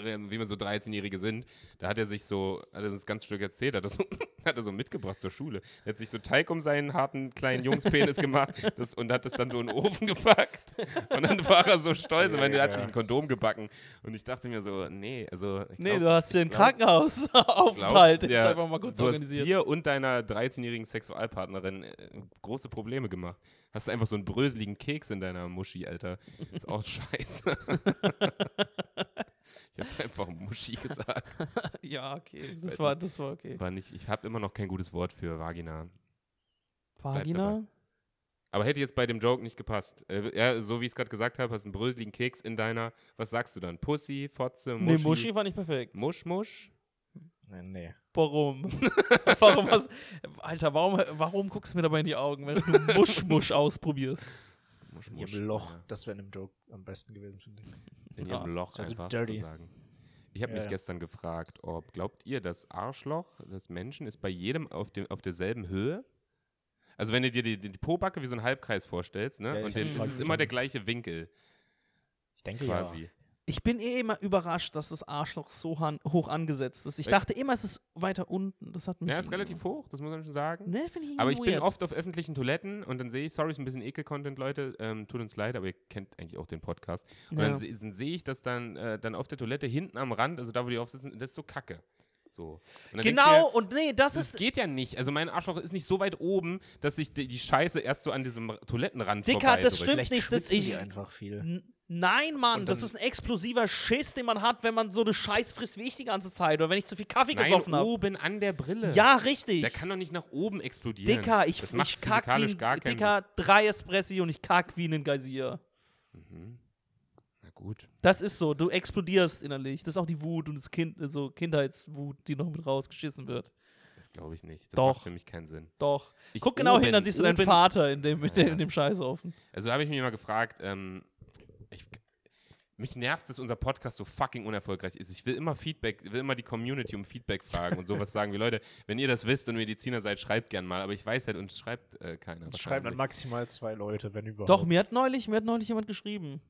S1: äh, wie wir so 13-Jährige sind. Da hat er sich so, hat er uns ganz Stück erzählt, hat er, so, hat er so mitgebracht zur Schule. Er hat sich so Teig um seinen harten kleinen Jungspenis gemacht das, und hat das dann so in den Ofen gepackt. Und dann war er so stolz, weil er hat sich ein Kondom gebacken. Und ich dachte mir so, nee, also. Ich
S3: Nee,
S1: glaub,
S3: du hast dir einen
S1: ich glaub-
S3: Krankenhausaufenthalt jetzt einfach mal kurz
S1: du
S3: organisiert.
S1: hast dir und deiner 13-jährigen Sexualpartnerin äh, große Probleme gemacht. Hast einfach so einen bröseligen Keks in deiner Muschi, Alter. Ist auch scheiße. ich habe einfach Muschi gesagt.
S3: Ja, okay. Das
S1: weiß
S3: war,
S1: nicht.
S3: das war okay.
S1: War nicht, ich habe immer noch kein gutes Wort für Vagina.
S3: Vagina?
S1: Aber hätte jetzt bei dem Joke nicht gepasst. Äh, ja, so wie ich es gerade gesagt habe, hast einen bröseligen Keks in deiner, was sagst du dann? Pussy, Fotze, Muschi?
S3: Nee, Muschi fand ich perfekt.
S1: Musch, Musch?
S2: Nee, nee.
S3: Warum? warum hast, Alter, warum, warum guckst du mir dabei in die Augen, wenn du Muschmusch ausprobierst?
S1: Musch,
S2: Ihr Loch, das wäre in dem Joke am besten gewesen, finde ich.
S1: In
S3: Ja,
S1: ihrem Loch
S2: also
S1: einfach
S2: dirty.
S1: zu sagen. Ich habe
S2: Ja,
S1: mich
S2: ja.
S1: gestern gefragt, ob glaubt ihr, das Arschloch des Menschen ist bei jedem auf, dem, auf derselben Höhe? Also wenn du dir die, die, die Pobacke wie so einen Halbkreis vorstellst, ne?
S2: Ja, ich
S1: und
S2: hab
S1: dann
S2: die
S1: ist
S2: Frage
S1: es immer der
S2: verstanden.
S1: gleiche Winkel
S2: Ich denke
S1: quasi.
S3: Ich bin eh immer überrascht, dass das Arschloch so han- hoch angesetzt ist. Ich
S1: Echt?
S3: dachte immer, es ist weiter unten. Das hat mich.
S1: Äh, Ja, ist relativ hoch, das muss man schon sagen.
S3: Ne, finde ich irgendwie
S1: Aber ich bin
S3: weird.
S1: oft auf öffentlichen Toiletten und dann sehe ich, sorry, ist ein bisschen Ekel-Content, Leute, ähm, tut uns leid, aber ihr kennt eigentlich auch den Podcast. Und
S3: Ja.
S1: dann se- dann sehe ich das dann, äh, dann auf der Toilette hinten am Rand, also da, wo die aufsitzen, das ist so kacke. So. Und dann denk ich mir,
S3: Genau, und nee, das
S1: Das
S3: ist.
S1: geht ja nicht. Also mein Arschloch ist nicht so weit oben, dass sich die, die Scheiße erst so an diesem R- Toilettenrand
S3: Dicker,
S1: vorbei
S3: das
S1: drückt.
S3: stimmt.
S2: Vielleicht
S3: nicht, dass
S2: schwitzen die
S3: ich-
S2: einfach viel.
S3: N- Nein, Mann,
S1: Und
S3: das
S1: dann-
S3: ist ein explosiver Schiss, den man hat, wenn man so eine Scheiß frisst wie ich die ganze Zeit oder wenn ich zu viel Kaffee gesoffen
S1: Nein,
S3: habe.
S1: oben an der Brille.
S3: Ja, richtig.
S1: Der kann doch nicht nach oben explodieren.
S3: Dicker, ich,
S1: das macht
S3: ich kack wie
S1: physikalisch
S3: ein,
S1: gar keinen
S3: Dicker, drei Espressi und ich kack wie ein Geysir.
S1: Na gut.
S3: Das ist so, du explodierst innerlich. Das ist auch die Wut und das Kind, so Kindheitswut, die noch mit rausgeschissen wird.
S1: Das glaube ich nicht. Das
S3: Doch.
S1: macht für mich keinen Sinn.
S3: Doch.
S1: Ich
S3: Guck genau hin,
S1: oben-
S3: dann siehst du deinen
S1: oben-
S3: Vater in dem, in dem,
S1: Ja.
S3: in dem Scheißhaufen.
S1: Also habe ich mich mal gefragt, ähm, ich, mich nervt, dass unser Podcast so fucking unerfolgreich ist. Ich will immer Feedback, will immer die Community um Feedback fragen und sowas sagen wie Leute, wenn ihr das wisst und Mediziner seid, schreibt gern mal. Aber ich weiß halt, uns schreibt äh, keiner.
S2: Das schreiben
S1: wahrscheinlich.
S2: dann maximal zwei Leute, wenn überhaupt.
S3: Doch, mir hat neulich, mir hat neulich jemand geschrieben.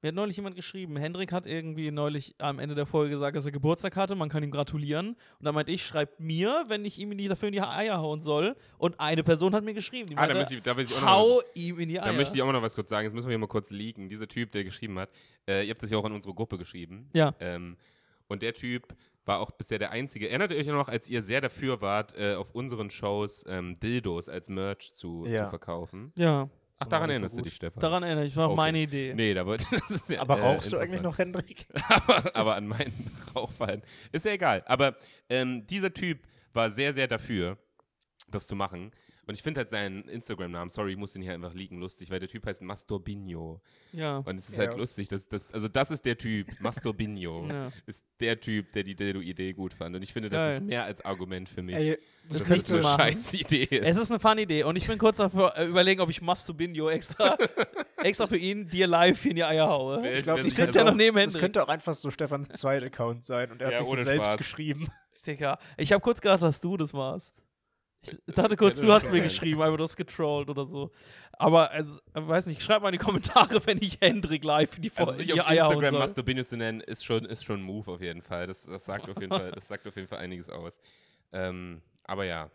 S3: Mir hat neulich jemand geschrieben. Hendrik hat irgendwie neulich am Ende der Folge gesagt, dass er Geburtstag hatte, man kann ihm gratulieren. Und dann meinte ich, schreibt mir, wenn ich ihm nicht dafür in die Eier hauen soll. Und eine Person hat mir geschrieben. Die
S1: Ah, da,
S3: meinte, Ah,
S1: möchte ich, da will ich auch noch was-
S3: hau ihm in die
S1: Da
S3: Eier.
S1: möchte ich auch noch was kurz sagen. Jetzt müssen wir hier mal kurz liegen. Dieser Typ, der geschrieben hat, äh, ihr habt das ja auch in unsere Gruppe geschrieben.
S3: Ja.
S1: Ähm, und der Typ war auch bisher der Einzige. Erinnert ihr euch noch, als ihr sehr dafür wart, äh, auf unseren Shows ähm, Dildos als Merch zu,
S2: Ja.
S1: zu verkaufen?
S3: ja,
S1: Ach,
S2: war
S1: daran
S2: nicht so
S1: erinnerst du
S2: gut.
S1: dich, Stefan?
S3: daran erinnere ich. Das war auch
S1: Okay.
S3: meine Idee.
S1: Nee, da wollte das ist ja,
S2: Aber
S1: äh,
S2: rauchst du eigentlich
S1: interessant.
S2: noch, Hendrik?
S1: aber, aber an meinen Rauchfallen. Ist ja egal. Aber ähm, dieser Typ war sehr, sehr dafür, das zu machen. Und ich finde halt seinen Instagram-Namen, sorry, ich muss den hier einfach liegen, lustig, weil der Typ heißt Masturbino.
S3: Ja.
S1: Und es ist
S2: Ja.
S1: halt lustig, dass das, also das ist der Typ, Masturbino,
S3: Ja.
S1: ist der Typ, der die Dildo-Idee gut fand. Und ich finde, das
S3: Geil.
S1: ist mehr als Argument für mich,
S3: das
S1: dass
S3: ist
S1: das
S3: nicht zu
S1: eine
S3: machen.
S1: scheiß Idee ist.
S3: Es ist eine fun Idee und ich bin kurz auf, äh, überlegen, ob ich Masturbinio extra, extra für ihn dir live in die Eier haue.
S1: Wer-
S2: Ich glaube,
S1: wer
S2: das
S1: sich
S3: sitze
S1: das
S3: ja
S1: auch-
S3: noch neben
S2: Das
S3: Hendrik.
S2: könnte auch einfach so Stefans zweiter Account sein und er hat
S1: Ja,
S2: sich
S1: ohne
S2: so selbst
S1: Spaß.
S2: geschrieben.
S3: Dicker. Ich habe kurz gedacht, dass du das warst.
S1: Äh,
S3: Ich dachte kurz,
S1: könnte
S3: du
S1: das
S3: hast mir
S1: sein.
S3: geschrieben, aber du hast getrollt oder so. Aber, also, äh, weiß nicht, schreib mal in die Kommentare, wenn ich Hendrik live in die
S1: Also
S3: Folge
S1: sich auf
S3: Eier hauen
S1: Instagram
S3: soll.
S1: Masturbino zu nennen, ist schon, ist schon ein Move auf jeden Fall. Das, das sagt auf jeden Fall, das sagt auf jeden Fall einiges aus. Ähm, aber ja.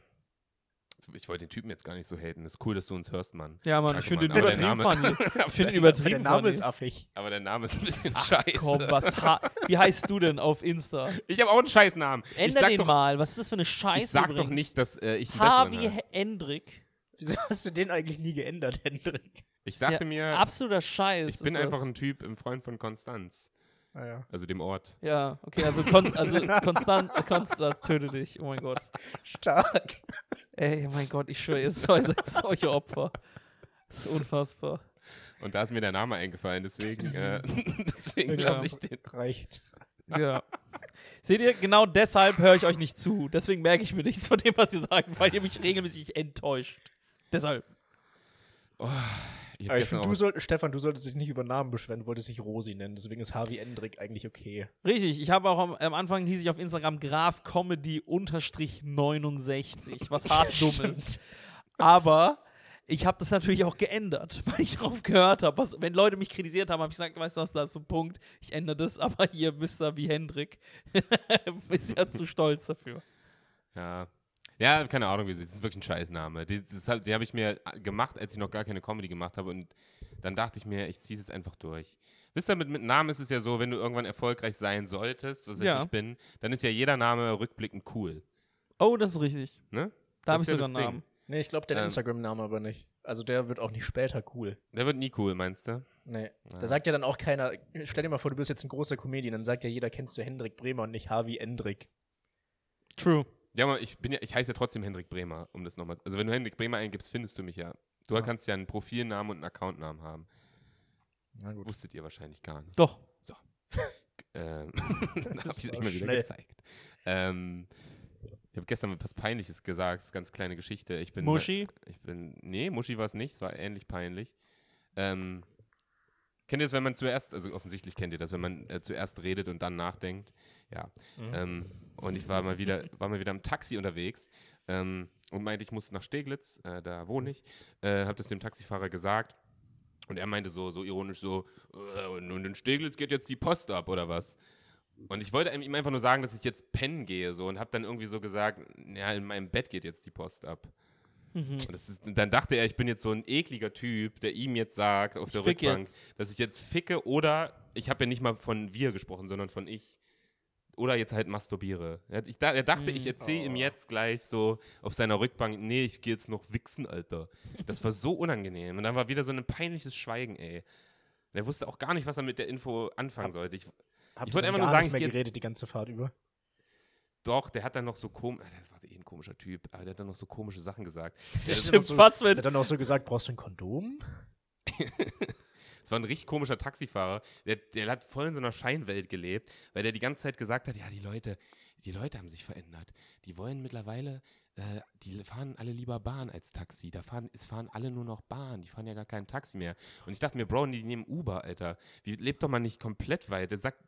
S1: Ich wollte den Typen jetzt gar nicht so haten. Ist cool, dass du uns hörst, Mann.
S3: Ja, Mann, ich
S1: Danke,
S3: finde den
S1: Mann, aber der
S3: übertrieben funny.
S1: Aber
S3: Ich finde
S1: der-
S2: Aber der
S3: den übertrieben
S2: Name
S3: funny.
S2: ist affig.
S1: Aber der Name ist ein bisschen scheiße.
S3: Komm, was ha Wie heißt du denn auf Insta?
S1: Ich habe auch einen Scheißnamen. ich
S3: Änder
S1: sag
S3: den
S1: doch,
S3: mal. Was ist das für eine Scheiße
S1: ich sag
S3: übrigens?
S1: doch nicht, dass äh, ich einen
S3: H
S1: besseren
S3: wie
S1: habe.
S3: He- Hendrik.
S2: Wieso hast du den eigentlich nie geändert, Hendrik?
S1: Ich
S3: Ist ja
S1: dachte mir,
S3: Absoluter Scheiß.
S1: ich
S3: ist
S1: bin
S3: das.
S1: einfach ein Typ, ein Freund von Konstanz.
S2: Naja.
S1: Also dem Ort.
S3: Ja, okay, also, kon also konstant, äh, konstant, töte dich. Oh mein Gott.
S2: Stark.
S3: Ey, mein Gott, ich schwöre, ihr seid solche Opfer. Das ist unfassbar.
S1: Und da ist mir der Name eingefallen. Deswegen, äh, deswegen
S3: Ja.
S2: Genau.
S1: lasse ich den.
S2: Reicht.
S3: Ja. Seht ihr, genau deshalb höre ich euch nicht zu. Deswegen merke ich mir nichts von dem, was ihr sagt, weil ihr mich regelmäßig enttäuscht. Deshalb.
S1: Ich hab
S2: Aber ich
S1: gestern
S2: finde,
S1: auch
S2: du soll, Stefan, du solltest dich nicht über Namen beschweren, du wolltest dich Rosi nennen, deswegen ist Harvey Endrick eigentlich okay.
S3: Richtig, ich habe auch am, am Anfang hieß ich auf Instagram Graf Comedy unterstrich 69, was hart dumm ist. Aber ich habe das natürlich auch geändert, weil ich darauf gehört habe. was- Wenn Leute mich kritisiert haben, habe ich gesagt, weißt du was, da ist ein Punkt, ich ändere das, aber ihr Mister wie Hendrik ist ja zu stolz dafür.
S1: Ja. Ja, keine Ahnung, wie sie. Das ist wirklich ein Scheißname. Die, das hab- die habe ich mir gemacht, als ich noch gar keine Comedy gemacht habe. Und dann dachte ich mir, ich ziehe es jetzt einfach durch. Wisst ihr, mit, mit Namen ist es ja so, wenn du irgendwann erfolgreich sein solltest, was
S3: Ja.
S1: ich nicht bin, dann ist ja jeder Name rückblickend cool.
S3: Oh, das ist richtig.
S1: Ne? Das
S3: Da habe ich
S1: ist ja
S3: sogar
S1: das
S3: einen
S1: Ding.
S3: Namen.
S2: Nee, ich glaube, der
S1: Ähm.
S2: Instagram-Name aber nicht. Also der wird auch nicht später cool.
S1: Der wird nie cool, meinst du?
S2: Nee.
S1: Ja.
S2: Da sagt ja dann auch keiner, stell dir mal vor, du bist jetzt ein großer Comedian, dann sagt ja jeder, kennst du Hendrik Bremer und nicht Harvey Endrick.
S3: True.
S1: Ja, aber ich, bin ja, ich heiße ja trotzdem Hendrik Bremer, um das nochmal. Also, wenn du Hendrik Bremer eingibst, findest du mich ja. Du
S2: Ja.
S1: kannst ja einen Profilnamen und einen Accountnamen haben.
S2: Na gut.
S1: Wusstet ihr wahrscheinlich gar nicht.
S3: Doch.
S1: Ähm, das habe
S2: ist
S1: ich euch
S2: aber
S1: mal wieder
S2: schnell.
S1: gezeigt. Ähm, ich habe gestern was Peinliches gesagt, ganz kleine Geschichte. Ich bin
S3: Muschi.
S1: Ich bin. Nee, Muschi war es nicht, es war ähnlich peinlich. Ähm, kennt ihr das, wenn man zuerst, also offensichtlich kennt ihr das, wenn man äh, zuerst redet und dann nachdenkt? Ja.
S2: Mhm.
S1: Ähm, und ich war mal wieder, war mal wieder im Taxi unterwegs ähm, und meinte, ich muss nach Steglitz, äh, da wohne ich. Äh, habe das dem Taxifahrer gesagt. Und er meinte so, so ironisch so, "Äh, und und in Steglitz geht jetzt die Post ab oder was? Und ich wollte ihm einfach nur sagen, dass ich jetzt pennen gehe so und habe dann irgendwie so gesagt, ja, in meinem Bett geht jetzt die Post ab.
S3: Mhm.
S1: Und das ist, dann dachte er, ich bin jetzt so ein ekliger Typ, der ihm jetzt sagt auf
S3: Ich
S1: der
S3: fick
S1: Rückbank,
S3: jetzt.
S1: dass ich jetzt ficke oder ich habe ja nicht mal von wir gesprochen, sondern von ich. Oder jetzt halt masturbiere. Er, hat- ich, da- er dachte, ich
S3: Mm,
S1: erzähle ihm
S2: oh.
S1: jetzt gleich so auf seiner Rückbank, nee, ich gehe jetzt noch wichsen, Alter. Das war so unangenehm. Und dann war wieder so ein peinliches Schweigen, ey. Und er wusste auch gar nicht, was er mit der Info anfangen sollte. Ich,
S2: Habt
S1: ich wollte
S2: ihr dann
S1: einfach nur
S2: gar
S1: sagen,
S2: nicht mehr
S1: ich geh jetzt-
S2: geredet die ganze Fahrt über.
S1: doch, der hat dann noch so komisch, das war eh ein komischer Typ, aber der hat dann noch so komische Sachen gesagt.
S2: Der hat dann
S3: Stimmt,
S2: auch so-
S3: was
S1: Äh,
S2: der
S3: mit.
S2: hat dann auch so gesagt, brauchst du ein Kondom?
S1: Es war ein richtig komischer Taxifahrer. Der, der hat voll in so einer Scheinwelt gelebt, weil der die ganze Zeit gesagt hat, ja, die Leute, die Leute haben sich verändert. Die wollen mittlerweile, äh, die fahren alle lieber Bahn als Taxi. Da fahren, es fahren alle nur noch Bahn. Die fahren ja gar kein Taxi mehr. Und ich dachte mir, Bro, die nehmen Uber, Alter. Wie, lebt doch mal nicht komplett weit. Der sagt,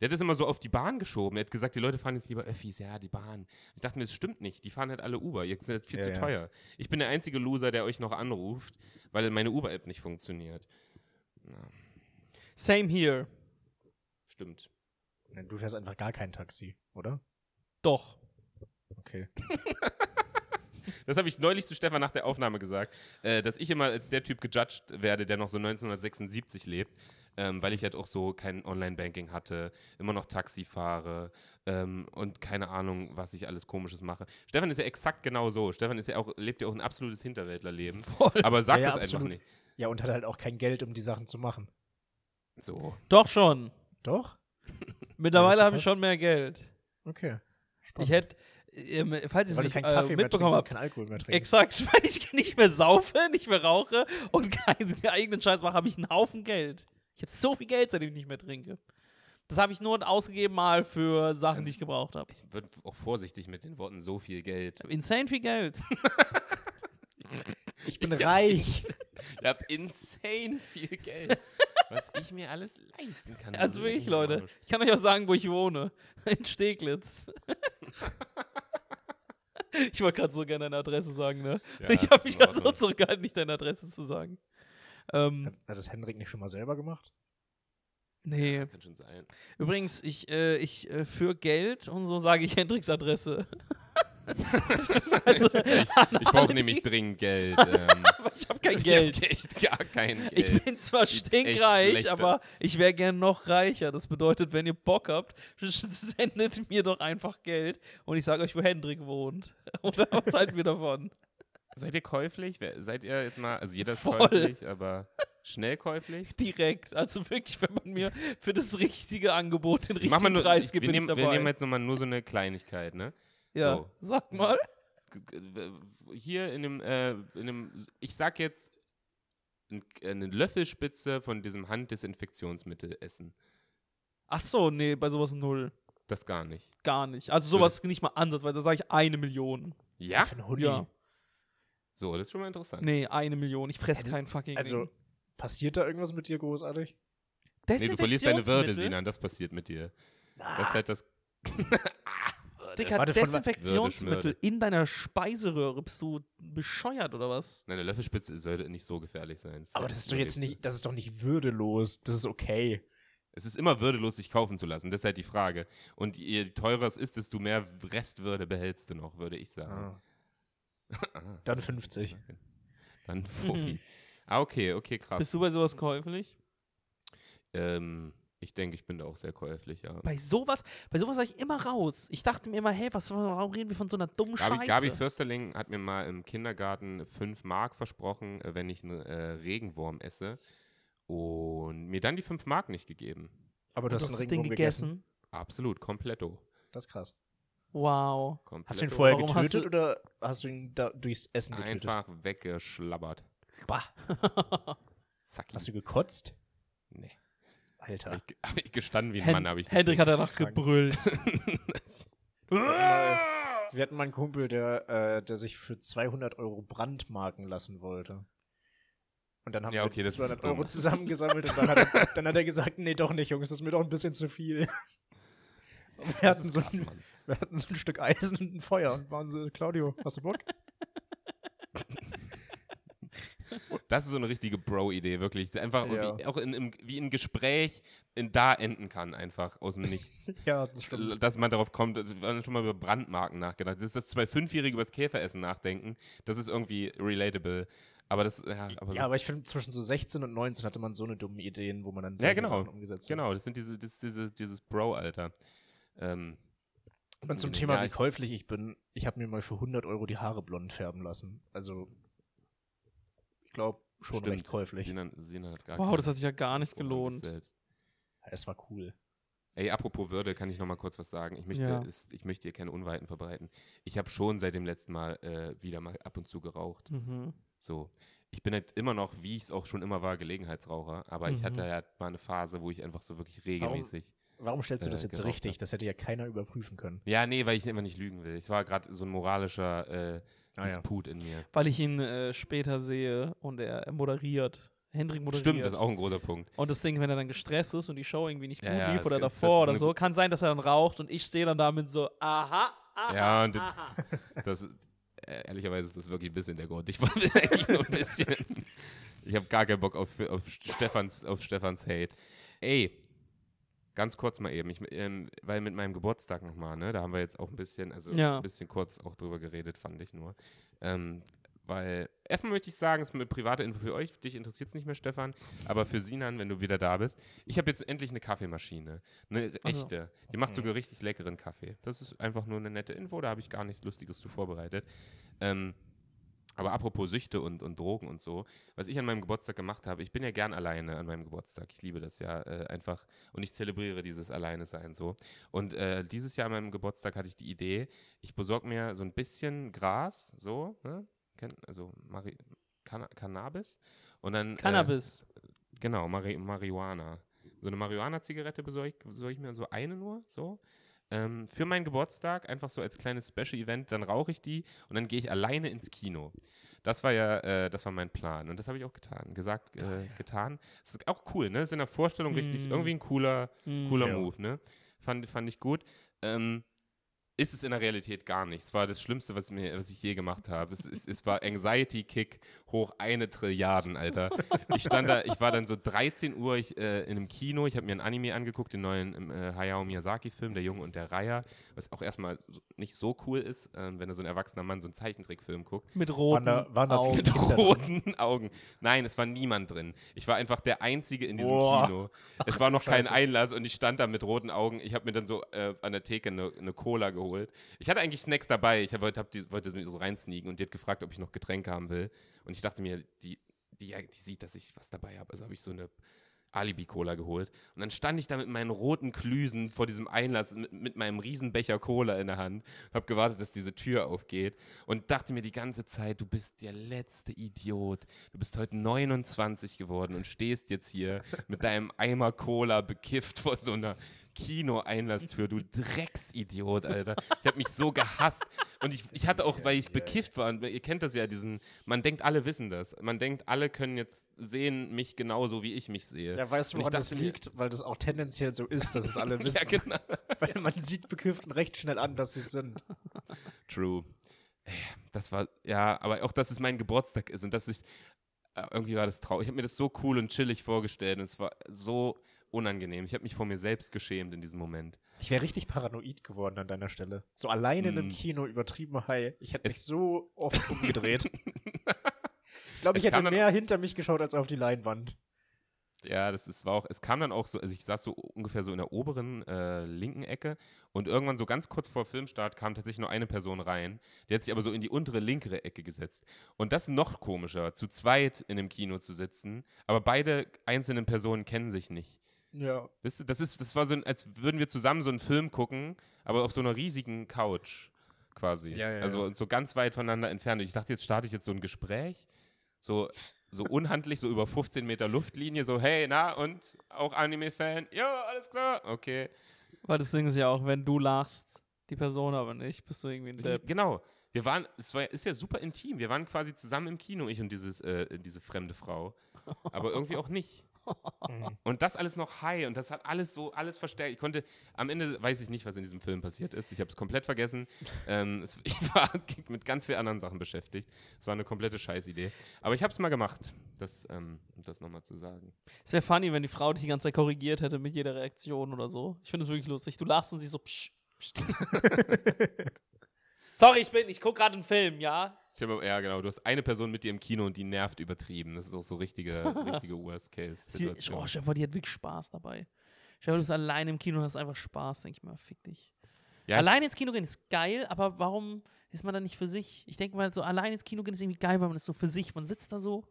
S1: der hat das immer so auf die Bahn geschoben. Er hat gesagt, die Leute fahren jetzt lieber Öffis, ja, die Bahn. Ich dachte mir, das stimmt nicht. Die fahren halt alle Uber. Jetzt ist das viel
S2: Ja,
S1: zu
S2: ja.
S1: teuer. Ich bin der einzige Loser, der euch noch anruft, weil meine Uber-App nicht funktioniert.
S3: Same here.
S1: Stimmt.
S2: Nein, Du fährst einfach gar kein Taxi, oder?
S3: Doch.
S2: Okay.
S1: Das habe ich neulich zu Stefan nach der Aufnahme gesagt, äh, dass ich immer als der Typ gejudged werde, der noch so 1976 lebt, ähm, weil ich halt auch so kein Online-Banking hatte, immer noch Taxi fahre ähm, und keine Ahnung, was ich alles Komisches mache. Stefan ist ja exakt genau so. Stefan ist ja auch, lebt ja auch ein absolutes Hinterwäldlerleben,
S3: Voll.
S1: aber sagt
S2: Ja, ja,
S1: das einfach
S2: absolut.
S1: nicht.
S2: Ja, und hat halt auch kein Geld, um die Sachen zu machen.
S1: So.
S3: Doch schon.
S2: Doch?
S3: Mittlerweile
S2: Ja,
S3: habe
S2: verpasst.
S3: ich schon mehr Geld.
S2: Okay. Spannend.
S3: Ich hätte, ähm, falls ihr es
S2: Weil du
S3: nicht
S2: keinen
S3: äh,
S2: Kaffee mehr
S3: mitbekommen
S2: trinkst und
S3: habt,
S2: keinen Alkohol mehr trinkst.
S3: exakt, weil ich nicht mehr saufe, nicht mehr rauche und keinen eigenen Scheiß mache, habe ich einen Haufen Geld. Ich habe so viel Geld, seitdem ich nicht mehr trinke. Das habe ich nur ausgegeben mal für Sachen, die ich gebraucht habe.
S1: Ich würde auch vorsichtig mit den Worten so viel Geld.
S3: Ich habe insane viel Geld.
S2: Ich bin reich.
S1: Ich habe insane viel Geld, was ich mir alles leisten kann.
S3: Also wirklich, Leute. Ich kann euch auch sagen, wo ich wohne. In Steglitz. Ich wollte gerade so gerne deine Adresse sagen, ne?
S1: Ja,
S3: ich
S1: das
S3: habe
S1: ist
S3: mich
S1: in
S3: gerade so
S1: Ordnung.
S3: zurückgehalten, nicht deine Adresse zu sagen. Ähm,
S2: Hat hat das Hendrik nicht schon mal selber gemacht?
S3: nee.
S1: Kann schon sein.
S3: Übrigens, ich, äh, ich äh, für Geld und so sage ich Hendriks Adresse. also, ich
S1: Ich brauche nämlich dringend Geld. Ähm,
S3: ich habe kein Geld.
S1: Ich hab echt gar kein Geld.
S3: Ich bin zwar
S1: Sieht echt
S3: stinkreich,
S1: schlecht
S3: aber ich wäre gern noch reicher. Das bedeutet, wenn ihr Bock habt, sendet mir doch einfach Geld und ich sage euch, wo Hendrik wohnt. Oder was halten wir davon?
S1: seid ihr käuflich? Wer- Seid ihr jetzt mal, also jeder ist
S3: Voll.
S1: käuflich, aber schnell käuflich?
S3: Direkt. Also wirklich, wenn man mir für das richtige Angebot den
S1: Ich mach
S3: richtigen
S1: mal nur,
S3: Preis
S1: ich,
S3: gibt,
S1: wir,
S3: bin ich
S1: nehmen, wir nehmen
S3: dabei.
S1: jetzt nochmal nur so eine Kleinigkeit, ne?
S3: Ja,
S1: so.
S3: sag mal.
S1: G- g- Hier in dem, äh, in dem ich sag jetzt, ein- eine Löffelspitze von diesem Handdesinfektionsmittel essen.
S3: Ach so, nee, bei sowas null.
S1: Das gar nicht.
S3: Gar nicht. Also sowas nicht mal ansatzweise. Da sage ich eine Million.
S1: Ja?
S2: Für einen Hund.
S3: Ja.
S1: So, das ist schon mal interessant.
S3: Nee, eine Million. Ich fresse
S2: Also-
S3: kein fucking
S2: Also,
S3: Ding.
S2: passiert da irgendwas mit dir großartig?
S1: Nee, du verlierst deine Würde,
S3: Desinfektionsmittel? Ah.
S1: Sinan, das passiert mit dir.
S2: Ah,
S1: Das ist halt das.
S3: Dicker,
S2: Warte, von wa-
S3: Desinfektionsmittel
S1: Würde,
S3: in deiner Speiseröhre. Bist du bescheuert oder was?
S1: Nein, eine Löffelspitze sollte nicht so gefährlich sein. Das halt
S2: Aber das ist doch jetzt
S1: Überlebste.
S2: nicht, das ist doch nicht würdelos. Das ist okay.
S1: Es ist immer würdelos, sich kaufen zu lassen. Das ist halt die Frage. Und je teurer es ist, desto mehr Restwürde behältst du noch, würde ich
S3: Ah,
S1: sagen. Ah.
S2: Dann 50.
S1: Dann Fuffi. ah, okay, okay, krass.
S3: Bist du bei sowas käuflich?
S1: Ähm, ich denke, ich bin da auch sehr käuflich, ja.
S3: Bei sowas, bei sowas sag ich immer raus. Ich dachte mir immer, hey, was, warum reden wir von so einer dummen
S1: Gabi,
S3: Scheiße?
S1: Gabi Fürsterling hat mir mal im Kindergarten 5 Mark versprochen, äh, wenn ich einen äh, Regenwurm esse. Und mir dann die 5 Mark nicht gegeben.
S2: Aber du hast einen
S3: das
S2: Regenwurm gegessen.
S1: Absolut, kompletto.
S2: Das ist krass.
S3: Wow.
S1: Komplett
S2: Äh, Hast du ihn vorher
S3: Warum hast
S2: getötet oder hast du ihn da durchs Essen getötet?
S1: einfach weggeschlabbert.
S2: Bah.
S1: Zack.
S2: Hast du gekotzt?
S1: Nee.
S2: Alter.
S1: Hab ich, hab ich gestanden wie ein
S3: Hen
S1: Mann, habe ich. das
S3: Hendrik
S1: nicht.
S3: hat danach
S2: Krank.
S3: gebrüllt.
S2: Wir hatten mal einen Kumpel, der, äh, der sich für 200 Euro brandmarken lassen wollte. Und dann haben
S1: Ja,
S2: wir
S1: okay, das ist
S2: 200
S1: dumm.
S2: Euro zusammengesammelt und dann hat, er, dann hat er gesagt, nee, doch nicht, Jungs, das ist mir doch ein bisschen zu viel. Und wir,
S1: Das
S2: hatten
S1: ist
S2: so
S1: krass,
S2: ein,
S1: Mann.
S2: wir hatten so ein Stück Eisen und ein Feuer und waren so, Claudio, hast du Bock?
S1: Das ist so eine richtige Bro-Idee, wirklich. Einfach
S2: Ja.
S1: wie, auch in, im, wie ein Gespräch in, da enden kann, einfach aus dem Nichts.
S2: ja, das
S1: L-
S2: stimmt.
S1: Dass man darauf kommt, also wir haben schon mal über Brandmarken nachgedacht. Das ist das zwei Fünfjährige über das Käferessen nachdenken. Das ist irgendwie relatable. Aber das, ja, aber
S2: Ja, aber ich finde, zwischen so 16 und 19 hatte man so eine dumme Ideen, wo man dann
S1: Ja,
S2: solche
S1: genau.
S2: Sachen umgesetzt hat.
S1: Genau, das sind diese, das, diese, dieses Bro-Alter. Ähm,
S2: Und zum
S1: Äh, Ja,
S2: Thema, wie
S1: ich-
S2: käuflich ich bin, ich habe mir mal für 100 Euro die Haare blond färben lassen. Also, ich glaube, schon
S1: stimmt. ne-
S2: recht käuflich.
S1: Sinan, Sinan hat gar
S3: Wow,
S1: keine
S3: das hat sich ja gar nicht
S1: Ahnung von sich
S3: gelohnt.
S1: selbst.
S2: Es war cool.
S1: Ey, apropos Würde, kann ich noch mal kurz was sagen? Ich möchte,
S3: Ja.
S1: es, ich möchte hier keine Unweiten verbreiten. Ich habe schon seit dem letzten Mal äh, wieder mal ab und zu geraucht.
S3: Mhm.
S1: So. Ich bin halt immer noch, wie ich es auch schon immer war, Gelegenheitsraucher. Aber ich hatte
S3: Mhm.
S1: halt mal eine Phase, wo ich einfach so wirklich regelmäßig.
S2: Warum stellst du
S1: Äh,
S2: das jetzt
S1: geraucht
S2: richtig? Das hätte ja keiner überprüfen können.
S1: Ja, nee, weil ich immer nicht lügen will. Ich war gerade so ein moralischer äh,
S2: Ah, ja.
S1: Disput in mir.
S3: Weil ich ihn äh, später sehe und er moderiert. Hendrik moderiert.
S1: Stimmt, das ist auch ein großer Punkt.
S3: Und das Ding, wenn er dann gestresst ist und die Show irgendwie nicht
S1: Ja,
S3: gut
S1: ja,
S3: lief
S1: das-
S3: oder
S1: das- das
S3: davor
S1: ist
S3: oder
S1: eine
S3: so, kann sein, dass er dann raucht und ich stehe dann damit so, aha, aha,
S1: Ja, und-
S3: aha.
S1: Das, äh, ehrlicherweise ist das wirklich ein bisschen der Grund. Ich wollte eigentlich nur ein bisschen. Ich habe gar keinen Bock auf, auf, Stefans, auf Stefans Hate. Ey, ganz kurz mal eben, ich, ähm, weil mit meinem Geburtstag nochmal, ne, da haben wir jetzt auch ein bisschen, also
S3: Ja.
S1: ein bisschen kurz auch drüber geredet, fand ich nur. Ähm, weil, erstmal möchte ich sagen, es ist eine private Info für euch, dich interessiert es nicht mehr, Stefan, aber für Sinan, wenn du wieder da bist, ich habe jetzt endlich eine Kaffeemaschine, eine
S3: Ach so.
S1: echte. Die macht sogar richtig leckeren Kaffee. Das ist einfach nur eine nette Info, da habe ich gar nichts Lustiges zu vorbereitet. Ähm, aber apropos Süchte und, und Drogen und so, was ich an meinem Geburtstag gemacht habe, ich bin ja gern alleine an meinem Geburtstag. Ich liebe das ja äh, einfach und ich zelebriere dieses Alleinesein so. Und äh, dieses Jahr an meinem Geburtstag hatte ich die Idee, ich besorge mir so ein bisschen Gras, so, ne? Ken- Also Mari Canna- Cannabis und dann.
S3: Cannabis.
S1: Äh, genau, Mari Marihuana. So eine Marihuana-Zigarette besorge ich, besorg ich mir so eine nur, so. Ähm, für meinen Geburtstag, einfach so als kleines Special-Event, dann rauche ich die und dann gehe ich alleine ins Kino. Das war ja, äh, das war mein Plan und das habe ich auch getan, gesagt, äh, getan. Das ist auch cool, ne? Das ist in der Vorstellung richtig,
S3: Mm.
S1: irgendwie ein cooler,
S3: Hm.
S1: cooler
S2: Ja.
S1: Move, ne? Fand, fand ich gut. Ähm, ist es in der Realität gar nicht. Es war das Schlimmste, was, mir, was ich je gemacht habe. Es, es, es war Anxiety-Kick hoch eine Trilliarden, Alter. Ich stand da, ich war dann so 13 Uhr ich, äh, in einem Kino, ich habe mir einen Anime angeguckt, den neuen äh, Hayao Miyazaki-Film, Der Junge und der Reiher, was auch erstmal so, nicht so cool ist, ähm, wenn da so ein erwachsener Mann so einen Zeichentrickfilm guckt.
S3: Mit roten
S2: Waren da- waren da
S3: Augen.
S1: Mit
S2: viele- Kinder
S1: roten Augen. Nein, es war niemand drin. Ich war einfach der Einzige in diesem
S2: Boah.
S1: Kino. Es war noch kein
S2: Scheiße.
S1: Einlass und ich stand da mit roten Augen. Ich habe mir dann so äh, an der Theke eine eine Cola geholt. Ich hatte eigentlich Snacks dabei. Ich hab, wollte- hab die, wollte so reinsneaken und die hat gefragt, ob ich noch Getränke haben will. Und ich dachte mir, die, die, die sieht, dass ich was dabei habe. Also habe ich so eine Alibi-Cola geholt. Und dann stand ich da mit meinen roten Klüsen vor diesem Einlass mit, mit meinem Riesenbecher Cola in der Hand und habe gewartet, dass diese Tür aufgeht und dachte mir die ganze Zeit, du bist der letzte Idiot. Du bist heute 29 geworden und stehst jetzt hier mit deinem Eimer Cola bekifft vor so einer Kino-Einlasstür, du Drecksidiot, Alter. Ich habe mich so gehasst. Und ich, ich hatte auch, weil ich bekifft war, und ihr kennt das ja, diesen, man denkt, alle wissen das. Man denkt, alle können jetzt sehen mich genauso, wie ich mich sehe.
S2: Ja, weißt du,
S1: Und ich
S2: woran das
S1: dachte mir-
S2: liegt? Weil das auch tendenziell so ist, dass es alle wissen.
S1: Ja, genau.
S2: Weil man sieht Bekifften recht schnell an, dass sie es sind.
S1: True. Äh, Das war, ja, aber auch, dass es mein Geburtstag ist und dass ich, äh, irgendwie war das traurig. Ich habe mir das so cool und chillig vorgestellt und es war so unangenehm. Ich habe mich vor mir selbst geschämt in diesem Moment.
S2: Ich wäre richtig paranoid geworden an deiner Stelle. So alleine in einem
S1: Mm.
S2: Kino, übertrieben high. Ich hätte mich
S1: Es-
S2: so oft umgedreht. ich glaube, ich
S1: Es
S2: hätte
S1: kam dann-
S2: mehr hinter mich geschaut als auf die Leinwand.
S1: Ja, das ist, war auch, es kam dann auch so, also ich saß so ungefähr so in der oberen äh, linken Ecke und irgendwann so ganz kurz vor Filmstart kam tatsächlich nur eine Person rein, die hat sich aber so in die untere linkere Ecke gesetzt. Und das ist noch komischer, zu zweit in einem Kino zu sitzen, aber beide einzelnen Personen kennen sich nicht.
S2: Ja.
S1: Wisst ihr, das, ist, das war so, ein, als würden wir zusammen so einen Film gucken, aber auf so einer riesigen Couch quasi.
S2: Ja, ja,
S1: also so ganz weit voneinander entfernt. Und ich dachte, jetzt starte ich jetzt so ein Gespräch, so, so unhandlich, so über 15 Meter Luftlinie, so, hey, na, und auch Anime-Fan? Ja, alles klar, okay.
S3: Weil das Ding ist ja auch, wenn du lachst, die Person aber nicht, bist du irgendwie ein Depp.
S1: Genau. Wir waren, es war, ja- ist ja super intim. Wir waren quasi zusammen im Kino, ich und dieses, äh, diese fremde Frau. Aber irgendwie auch nicht.
S2: Mhm.
S1: Und das alles noch high und das hat alles so, alles verstärkt. Ich konnte, am Ende weiß ich nicht, was in diesem Film passiert ist. Ich habe es komplett vergessen. ähm, es, ich war mit ganz vielen anderen Sachen beschäftigt. Es war eine komplette Scheißidee. Aber ich habe es mal gemacht, das, ähm, um das nochmal zu sagen.
S3: Es wäre funny, wenn die Frau dich die ganze Zeit korrigiert hätte mit jeder Reaktion oder so. Ich finde es wirklich lustig. Du lachst und sie so, psch, psch. Sorry, ich bin, ich gucke gerade einen Film, ja?
S1: Ich hab, ja, genau. Du hast eine Person mit dir im Kino und die nervt übertrieben. Das ist auch so richtige, richtige
S3: Sie, oh,
S1: Worst-Case-Situation.
S3: Chef, die hat wirklich Spaß dabei. Chef, du bist allein im Kino und hast einfach Spaß, denke ich mal, fick dich.
S1: Ja, ich-
S3: allein ins Kino gehen ist geil, aber warum ist man da nicht für sich? Ich denke mal, so allein ins Kino gehen ist irgendwie geil, weil man ist so für sich. Man sitzt da so,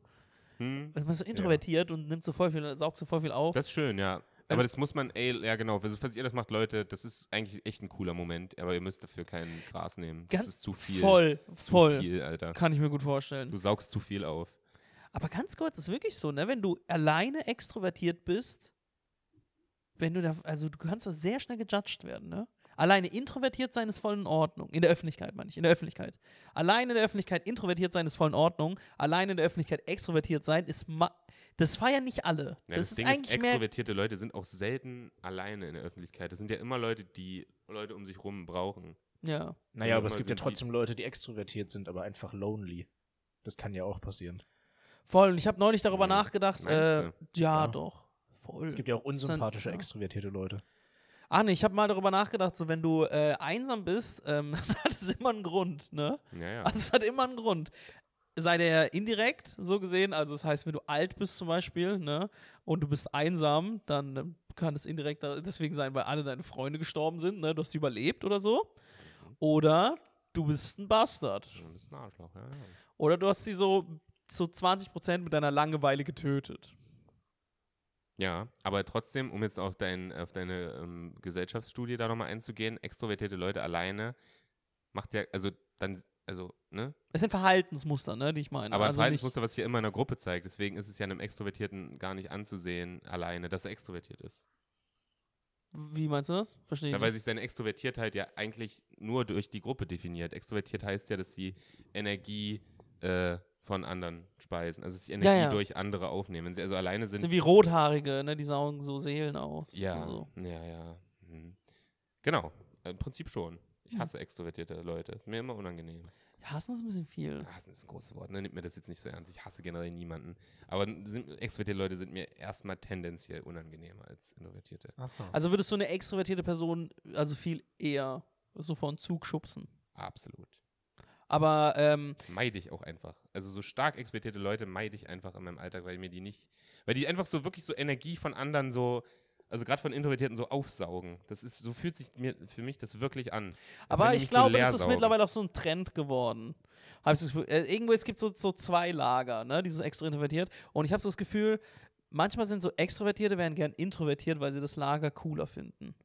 S1: Hm?
S3: man ist so introvertiert und nimmt so voll viel, saugt so voll viel auf.
S1: Das ist schön, ja.
S3: Äh.
S1: Aber das muss man, ey, ja genau, also, falls ihr das macht, Leute, das ist eigentlich echt ein cooler Moment, aber ihr müsst dafür kein Gras nehmen. Das
S3: Ganz
S1: ist zu viel.
S3: Voll,
S1: Zu
S3: voll.
S1: viel, Alter.
S3: Kann ich mir gut vorstellen.
S1: Du saugst zu viel auf.
S3: Aber ganz kurz, ist wirklich so, ne? Wenn du alleine extrovertiert bist, wenn du da, also du kannst da sehr schnell gejudged werden, ne? Alleine introvertiert sein ist voll in Ordnung. In der Öffentlichkeit, meine ich, in der Öffentlichkeit. Alleine in der Öffentlichkeit introvertiert sein ist voll in Ordnung. Alleine in der Öffentlichkeit extrovertiert sein ist. Ma das feiern nicht alle.
S1: Ja,
S3: das,
S1: das,
S3: ist
S1: Ding ist,
S3: eigentlich mehr.
S1: extrovertierte Leute sind auch selten alleine in der Öffentlichkeit. Das sind ja immer Leute, die Leute um sich rum brauchen.
S3: Ja.
S1: Ja,
S2: Naja, aber es
S1: mal
S2: gibt ja
S1: sind die-
S2: trotzdem Leute, die extrovertiert sind, aber einfach lonely. Das kann ja auch passieren.
S3: Voll. Und ich habe neulich darüber
S1: Hm,
S3: nachgedacht.
S1: meinst
S3: Äh,
S1: du?
S3: ja,
S2: Ja.
S3: doch. Voll.
S2: Es gibt ja auch unsympathische,
S3: ja.
S2: extrovertierte Leute.
S3: Ah, nee, ich habe mal darüber nachgedacht, so wenn du äh, einsam bist, ähm, hat es immer einen Grund, ne?
S1: Ja, ja.
S3: Also es hat immer einen Grund. Sei der indirekt so gesehen, also das heißt, wenn du alt bist zum Beispiel, ne, und du bist einsam, dann ähm, kann es indirekt da- deswegen sein, weil alle deine Freunde gestorben sind, ne, du hast sie überlebt oder so. Oder du bist ein Bastard.
S1: Das ist ein Arschloch, ja, ja.
S3: Oder du hast sie so zu 20% mit deiner Langeweile getötet.
S1: Ja, aber trotzdem, um jetzt auf, dein, auf deine ähm, Gesellschaftsstudie da nochmal einzugehen, extrovertierte Leute alleine macht ja, also dann, also, ne?
S3: Es sind Verhaltensmuster, ne, die ich meine.
S1: Aber ein
S3: also nicht-
S1: Verhaltensmuster, was hier immer in der Gruppe zeigt, deswegen ist es ja einem Extrovertierten gar nicht anzusehen, alleine, dass er extrovertiert ist.
S3: Wie meinst du das? Verstehe ich.
S1: Da, weil
S3: nicht.
S1: sich seine Extrovertiertheit ja eigentlich nur durch die Gruppe definiert. Extrovertiert heißt ja, dass die Energie äh, von anderen speisen, also dass die Energie
S3: ja.
S1: durch andere aufnehmen. Wenn sie also alleine
S3: Das
S1: sind.
S3: sind wie Rothaarige, ne, die saugen so Seelen auf.
S1: ja,
S3: und So.
S1: ja, ja. Mhm. Genau, im Prinzip schon.
S3: Hm.
S1: Ich hasse extrovertierte Leute. Ist mir immer unangenehm.
S3: Ja, Hassen ist ein bisschen viel.
S1: Hassen ist ein großes Wort, ne? Nimmt mir das jetzt nicht so ernst. Ich hasse generell niemanden. Aber sind, extrovertierte Leute sind mir erstmal tendenziell unangenehmer als introvertierte.
S3: Also würdest du eine extrovertierte Person also viel eher so vor den Zug schubsen.
S1: Absolut.
S3: Aber ähm,
S1: Meide ich auch einfach. Also so stark extrovertierte Leute meide ich einfach in meinem Alltag, weil mir die nicht, weil die einfach so wirklich so Energie von anderen so, also gerade von Introvertierten so aufsaugen. Das ist, so fühlt sich mir, für mich das wirklich an. Als wenn
S3: aber
S1: die
S3: ich
S1: mich
S3: glaube,
S1: leer
S3: das ist
S1: saugen.
S3: mittlerweile auch so ein Trend geworden. Hab ich das Gefühl, äh, irgendwo, es gibt so, so zwei Lager, ne? dieses extrovertiert. Und ich habe so das Gefühl, manchmal sind so Extrovertierte, werden gern introvertiert, weil sie das Lager cooler finden.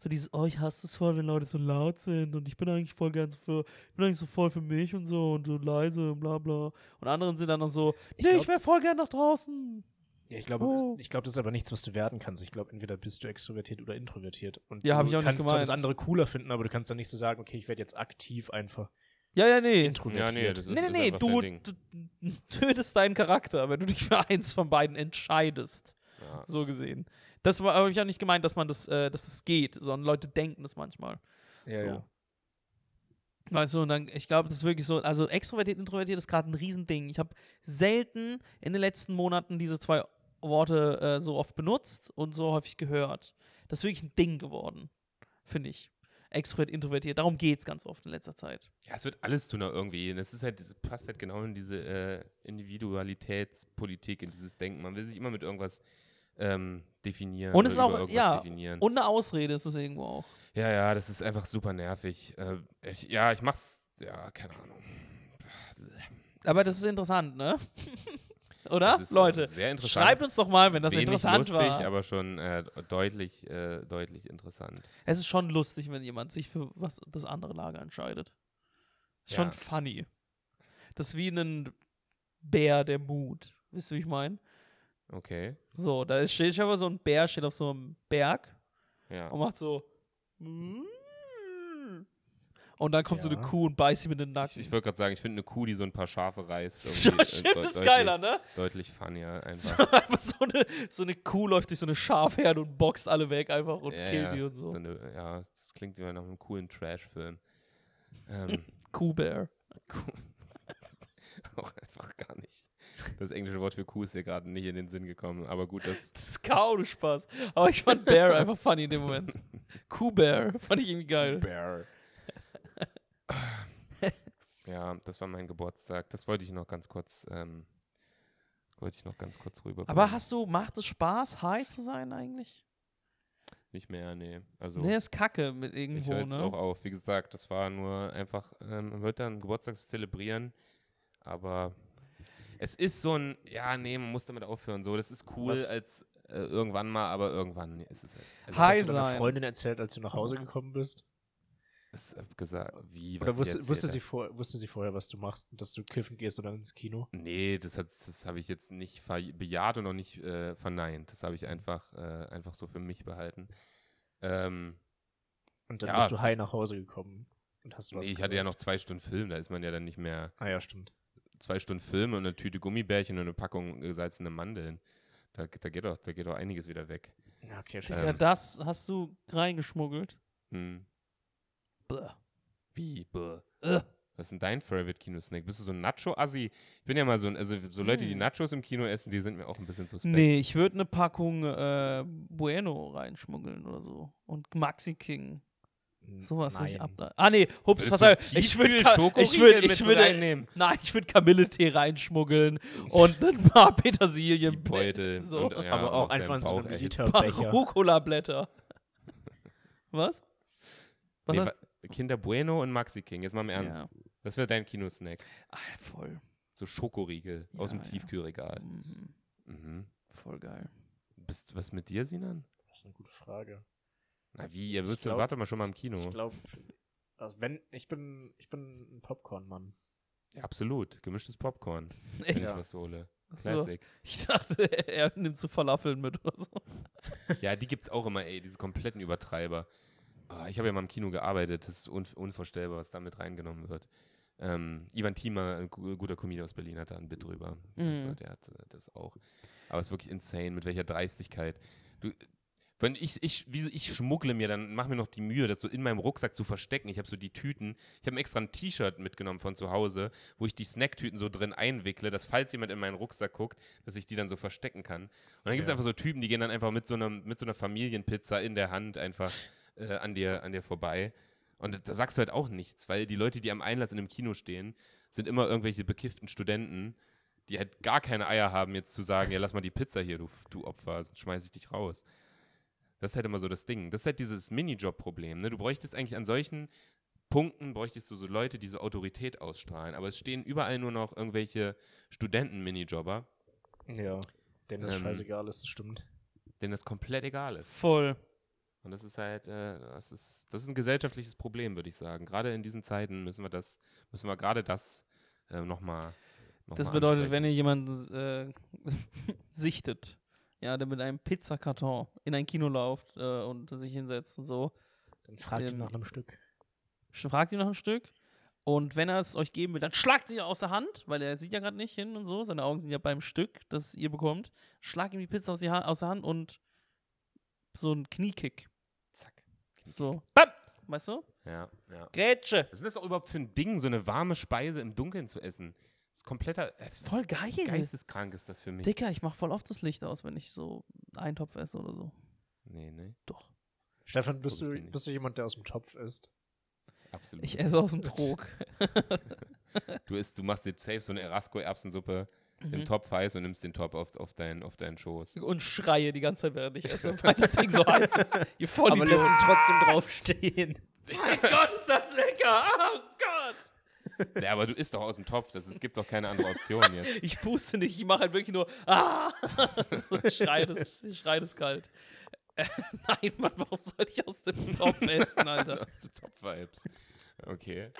S3: So dieses, oh, ich hasse es voll, wenn Leute so laut sind und ich bin eigentlich voll ganz für, ich bin eigentlich so voll für mich und so und so leise und bla bla. Und anderen sind dann noch so,
S2: Ich
S3: nee,
S2: glaub-
S3: ich wäre voll gern nach draußen.
S2: Ja, ich glaube,
S3: Oh.
S2: ich glaube, das ist aber nichts, was du werden kannst. Ich glaube, entweder bist du extrovertiert oder introvertiert. Und
S3: Ja, hab
S2: du
S3: ich auch nicht
S2: kannst zwar das
S3: gemeint.
S2: andere cooler finden, aber du kannst dann nicht so sagen, okay, ich werde jetzt aktiv einfach
S3: Ja, ja, nee.
S1: Ja,
S2: introvertiert.
S1: nee, das ist,
S3: Nee,
S1: ist
S3: nee, nee,
S1: einfach dein
S3: du,
S1: Ding.
S3: du du tötest deinen Charakter, wenn du dich für eins von beiden entscheidest,
S1: Ja.
S3: so gesehen. Das war- habe ich auch nicht gemeint, dass man das, äh, dass es geht, sondern Leute denken das manchmal.
S2: ja,
S3: so.
S2: ja.
S3: Weißt du, und dann, ich glaube, das ist wirklich so, also extrovertiert, introvertiert ist gerade ein Riesending. Ich habe selten in den letzten Monaten diese zwei Worte äh, so oft benutzt und so häufig gehört. Das ist wirklich ein Ding geworden, finde ich. Extrovertiert, introvertiert, darum geht es ganz oft in letzter Zeit.
S1: Ja, es wird alles tun irgendwie. Das ist halt, das passt halt genau in diese äh, Individualitätspolitik, in dieses Denken. Man will sich immer mit irgendwas ähm, definieren.
S3: Und
S1: oder
S3: es ist auch-
S1: über irgendwas
S3: ja,
S1: definieren.
S3: Und eine Ausrede ist es irgendwo auch.
S1: ja, ja, das ist einfach super nervig. Äh, ich, ja, ich mach's, ja, keine Ahnung.
S3: Aber das ist interessant, ne? oder?
S1: Das ist, äh,
S3: Leute,
S1: sehr interessant.
S3: schreibt uns doch mal, wenn das
S1: Wenig
S3: interessant
S1: lustig,
S3: war.
S1: aber schon äh, deutlich, äh, deutlich interessant.
S3: Es ist schon lustig, wenn jemand sich für was das andere Lager entscheidet. Ist
S1: Ja.
S3: schon funny. Das ist wie ein Bär der Mut. Wisst ihr, wie ich meine?
S1: Okay,
S3: So, da ist, steht aber so ein Bär, steht auf so einem Berg
S1: ja.
S3: und macht so. Und dann kommt so eine
S2: Ja.
S3: Kuh und beißt sie mit den
S1: Ich,
S3: Nacken.
S1: ich wollte gerade sagen, ich finde eine Kuh, die so ein paar Schafe reißt.
S3: Schon
S1: irgendwie, äh,
S3: Stimmt,
S1: deut-
S3: das ist
S1: deutlich-
S3: geiler, ne?
S1: Deutlich funnier
S3: So,
S1: einfach.
S3: einfach so eine, so eine Kuh läuft durch so eine Schafherde und boxt alle weg einfach und
S1: Ja,
S3: killt
S1: ja,
S3: die und
S1: das ist
S3: so.
S1: eine, ja, das klingt immer nach einem coolen Trash-Film. Ähm,
S3: Kuhbär.
S1: Kuh. Auch einfach gar nicht. Das englische Wort für Kuh ist dir gerade nicht in den Sinn gekommen, aber gut, das.
S3: Das ist kaum Spaß. Aber ich fand Bear einfach funny in dem Moment. Kuhbär fand ich irgendwie geil.
S1: Bear. ja, das war mein Geburtstag. Das wollte ich noch ganz kurz, ähm, wollte ich noch ganz kurz rüberbringen.
S3: Aber hast du, macht es Spaß, high zu sein eigentlich?
S1: Nicht mehr, nee. Also,
S3: Nee, ist kacke mit
S1: ich
S3: irgendwo,
S1: höre jetzt
S3: ne?
S1: auch auf. Wie gesagt, das war nur einfach, ähm, man wird dann Geburtstag zelebrieren, aber es ist so ein, ja, nee, man muss damit aufhören. So, das ist cool
S2: Was-
S1: als äh, irgendwann mal, aber irgendwann ist es halt. Also,
S3: Hi-
S1: ich
S2: hast du deiner
S3: sein.
S2: Freundin erzählt, als du nach Hause gekommen bist?
S1: hab's äh, gesagt, wie, was
S2: Oder
S1: ich
S2: wusste,
S1: erzählt
S2: wusste,
S1: hab.
S2: sie vor, wusste sie vorher, was du machst, dass du kiffen gehst und dann ins Kino?
S1: Nee, das, hat- das habe ich jetzt nicht ver- bejaht und auch nicht äh, verneint. Das habe ich einfach, äh, einfach so für mich behalten. Ähm,
S2: Und dann
S1: Ja.
S2: bist du high nach Hause gekommen und hast was genau?
S1: nee, ich hatte ja
S2: gesagt.
S1: noch zwei Stunden Film, da ist man ja dann nicht mehr.
S2: Ah ja, stimmt.
S1: Zwei Stunden Film und eine Tüte Gummibärchen und eine Packung gesalzene Mandeln. Da, da, geht, doch, da geht doch einiges wieder weg.
S2: Ja, okay, stimmt.
S3: Digga,
S1: ähm.
S3: das hast du reingeschmuggelt.
S1: Hm.
S3: Bäh.
S1: Wie? Bäh.
S3: Äh.
S1: Was ist denn dein Favorite Kinosnack? Bist du so ein Nacho-Assi? Ich bin ja mal so ein, also so Leute, die
S3: Hm.
S1: Nachos im Kino essen, die sind mir auch ein bisschen suspekt.
S3: Nee, ich würde eine Packung äh, Bueno reinschmuggeln oder so. Und Maxi King. Sowas nicht
S2: Nein.
S3: ableiten. Ah, nee, hups,
S1: Würdest
S3: was
S1: du
S3: soll-
S1: einen
S3: ich würde
S1: Tiefkühl-
S3: Ka-
S1: Schokoriegel
S3: ich würde
S1: mit
S3: ich würde
S1: reinnehmen?
S3: nein, ich würde Kamilletee reinschmuggeln und ein paar
S1: Die
S3: Petersilien
S1: Beutel.
S3: so.
S1: und, ja,
S2: aber auch
S1: auf deinen
S2: einfach in so
S1: Bauch
S2: einem
S1: erhitzen.
S3: ein paar
S2: Literbecher.
S3: Rucola-Blätter. Was? Was
S1: Nee,
S3: hat-
S1: wa- Kinder Bueno und Maxi King. Jetzt mal im Ernst.
S3: Ja.
S1: Das wäre dein Kinosnack.
S3: Ah, voll.
S1: So Schokoriegel aus
S3: Ja,
S1: dem
S3: ja.
S1: Tiefkühlregal.
S3: Mhm.
S1: Mhm.
S3: Voll geil.
S1: Bist, was mit dir, Sinan?
S2: Das ist eine gute Frage.
S1: Na wie, ihr wisst,
S2: glaub-
S1: warte mal schon mal im Kino.
S2: Ich glaube, also wenn, ich bin, ich bin ein Popcorn-Mann.
S1: Ja, absolut. Gemischtes Popcorn, wenn
S3: Echt?
S1: ich
S2: Ja.
S1: was hole.
S3: Achso.
S1: Classic.
S3: Ich dachte, er nimmt so Falafeln mit oder so.
S1: Ja, die gibt's auch immer, ey, diese kompletten Übertreiber. Ah, ich habe ja mal im Kino gearbeitet. Das ist un unvorstellbar, was damit reingenommen wird. Ähm, Ivan Thiemer, ein gu- guter Comedian aus Berlin, hat da ein Bit drüber. Also,
S3: Mhm.
S1: der hat äh, das auch. Aber es ist wirklich insane, mit welcher Dreistigkeit. Du, wenn ich, ich, wie, ich schmuggle mir, dann mach mir noch die Mühe, das so in meinem Rucksack zu verstecken. Ich habe so die Tüten. Ich habe extra ein T-Shirt mitgenommen von zu Hause, wo ich die Snacktüten so drin einwickle, dass falls jemand in meinen Rucksack guckt, dass ich die dann so verstecken kann. Und dann gibt es
S2: Ja.
S1: einfach so Typen, die gehen dann einfach mit so, einer, mit so einer Familienpizza in der Hand einfach äh, an, dir, an dir vorbei. Und da sagst du halt auch nichts, weil die Leute, die am Einlass in einem Kino stehen, sind immer irgendwelche bekifften Studenten, die halt gar keine Eier haben, jetzt zu sagen, ja, lass mal die Pizza hier, du, du Opfer, sonst schmeiß ich dich raus. Das ist halt immer so das Ding. Das ist halt dieses Minijob-Problem. Ne? Du bräuchtest eigentlich an solchen Punkten, bräuchtest du so Leute, die so Autorität ausstrahlen. Aber es stehen überall nur noch irgendwelche Studenten-Minijobber,
S2: Ja. Denen das
S1: Ähm.
S2: scheißegal ist, das stimmt.
S1: denen das komplett egal ist.
S3: Voll.
S1: Und das ist halt, äh, das ist, das ist ein gesellschaftliches Problem, würde ich sagen. Gerade in diesen Zeiten müssen wir das, müssen wir gerade das äh, nochmal. Noch
S3: Das
S1: mal
S3: bedeutet,
S1: ansprechen.
S3: wenn ihr jemanden äh, sichtet, ja, der mit einem Pizzakarton in ein Kino läuft äh, und sich hinsetzt und so,
S2: Dann fragt
S3: Ähm.
S2: ihn nach einem Stück.
S3: sch- fragt ihn noch ein Stück. Und wenn er es euch geben will, dann schlagt sie aus der Hand, weil er sieht ja gerade nicht hin und so. Seine Augen sind ja beim Stück, das ihr bekommt. Schlag ihm die Pizza aus, die ha aus der Hand und so ein Kniekick.
S1: Zack.
S3: So, bam! Weißt du?
S1: Ja, ja.
S3: Grätsche!
S1: Was ist das auch überhaupt für ein Ding, so eine warme Speise im Dunkeln zu essen? Das ist kompletter. Es ist
S3: Voll geil!
S1: geisteskrank ist das für mich.
S3: Dicker, ich mach voll oft das Licht aus, wenn ich so einen Topf esse oder so.
S1: Nee, ne? nee.
S3: Doch.
S2: Stefan, bist
S1: Guck ich
S2: du,
S1: dir nicht.
S2: bist du jemand, der aus dem Topf isst?
S1: Absolut.
S3: Ich esse aus dem Trog.
S1: du isst, du machst dir safe so eine Erasco-Erbsensuppe im
S3: Mhm.
S1: Topf heiß und nimmst den Topf auf, auf, dein, auf deinen Schoß.
S3: und schreie die ganze Zeit, während ich esse, weil das Ding so heiß ist. Ihr
S2: Aber lässt
S3: Vollidioten.
S2: ihn trotzdem draufstehen.
S3: mein Gott, ist das lecker! Oh Gott!
S1: Ja, aber du isst doch aus dem Topf. Das, es gibt doch keine andere Option jetzt.
S3: Ich puste nicht, ich mache halt wirklich nur ah! so, ich schreie das, ich schreie das kalt. Äh, nein, Mann, warum soll ich aus dem Topf essen, Alter?
S1: Aus dem Topf-Vibes. Okay.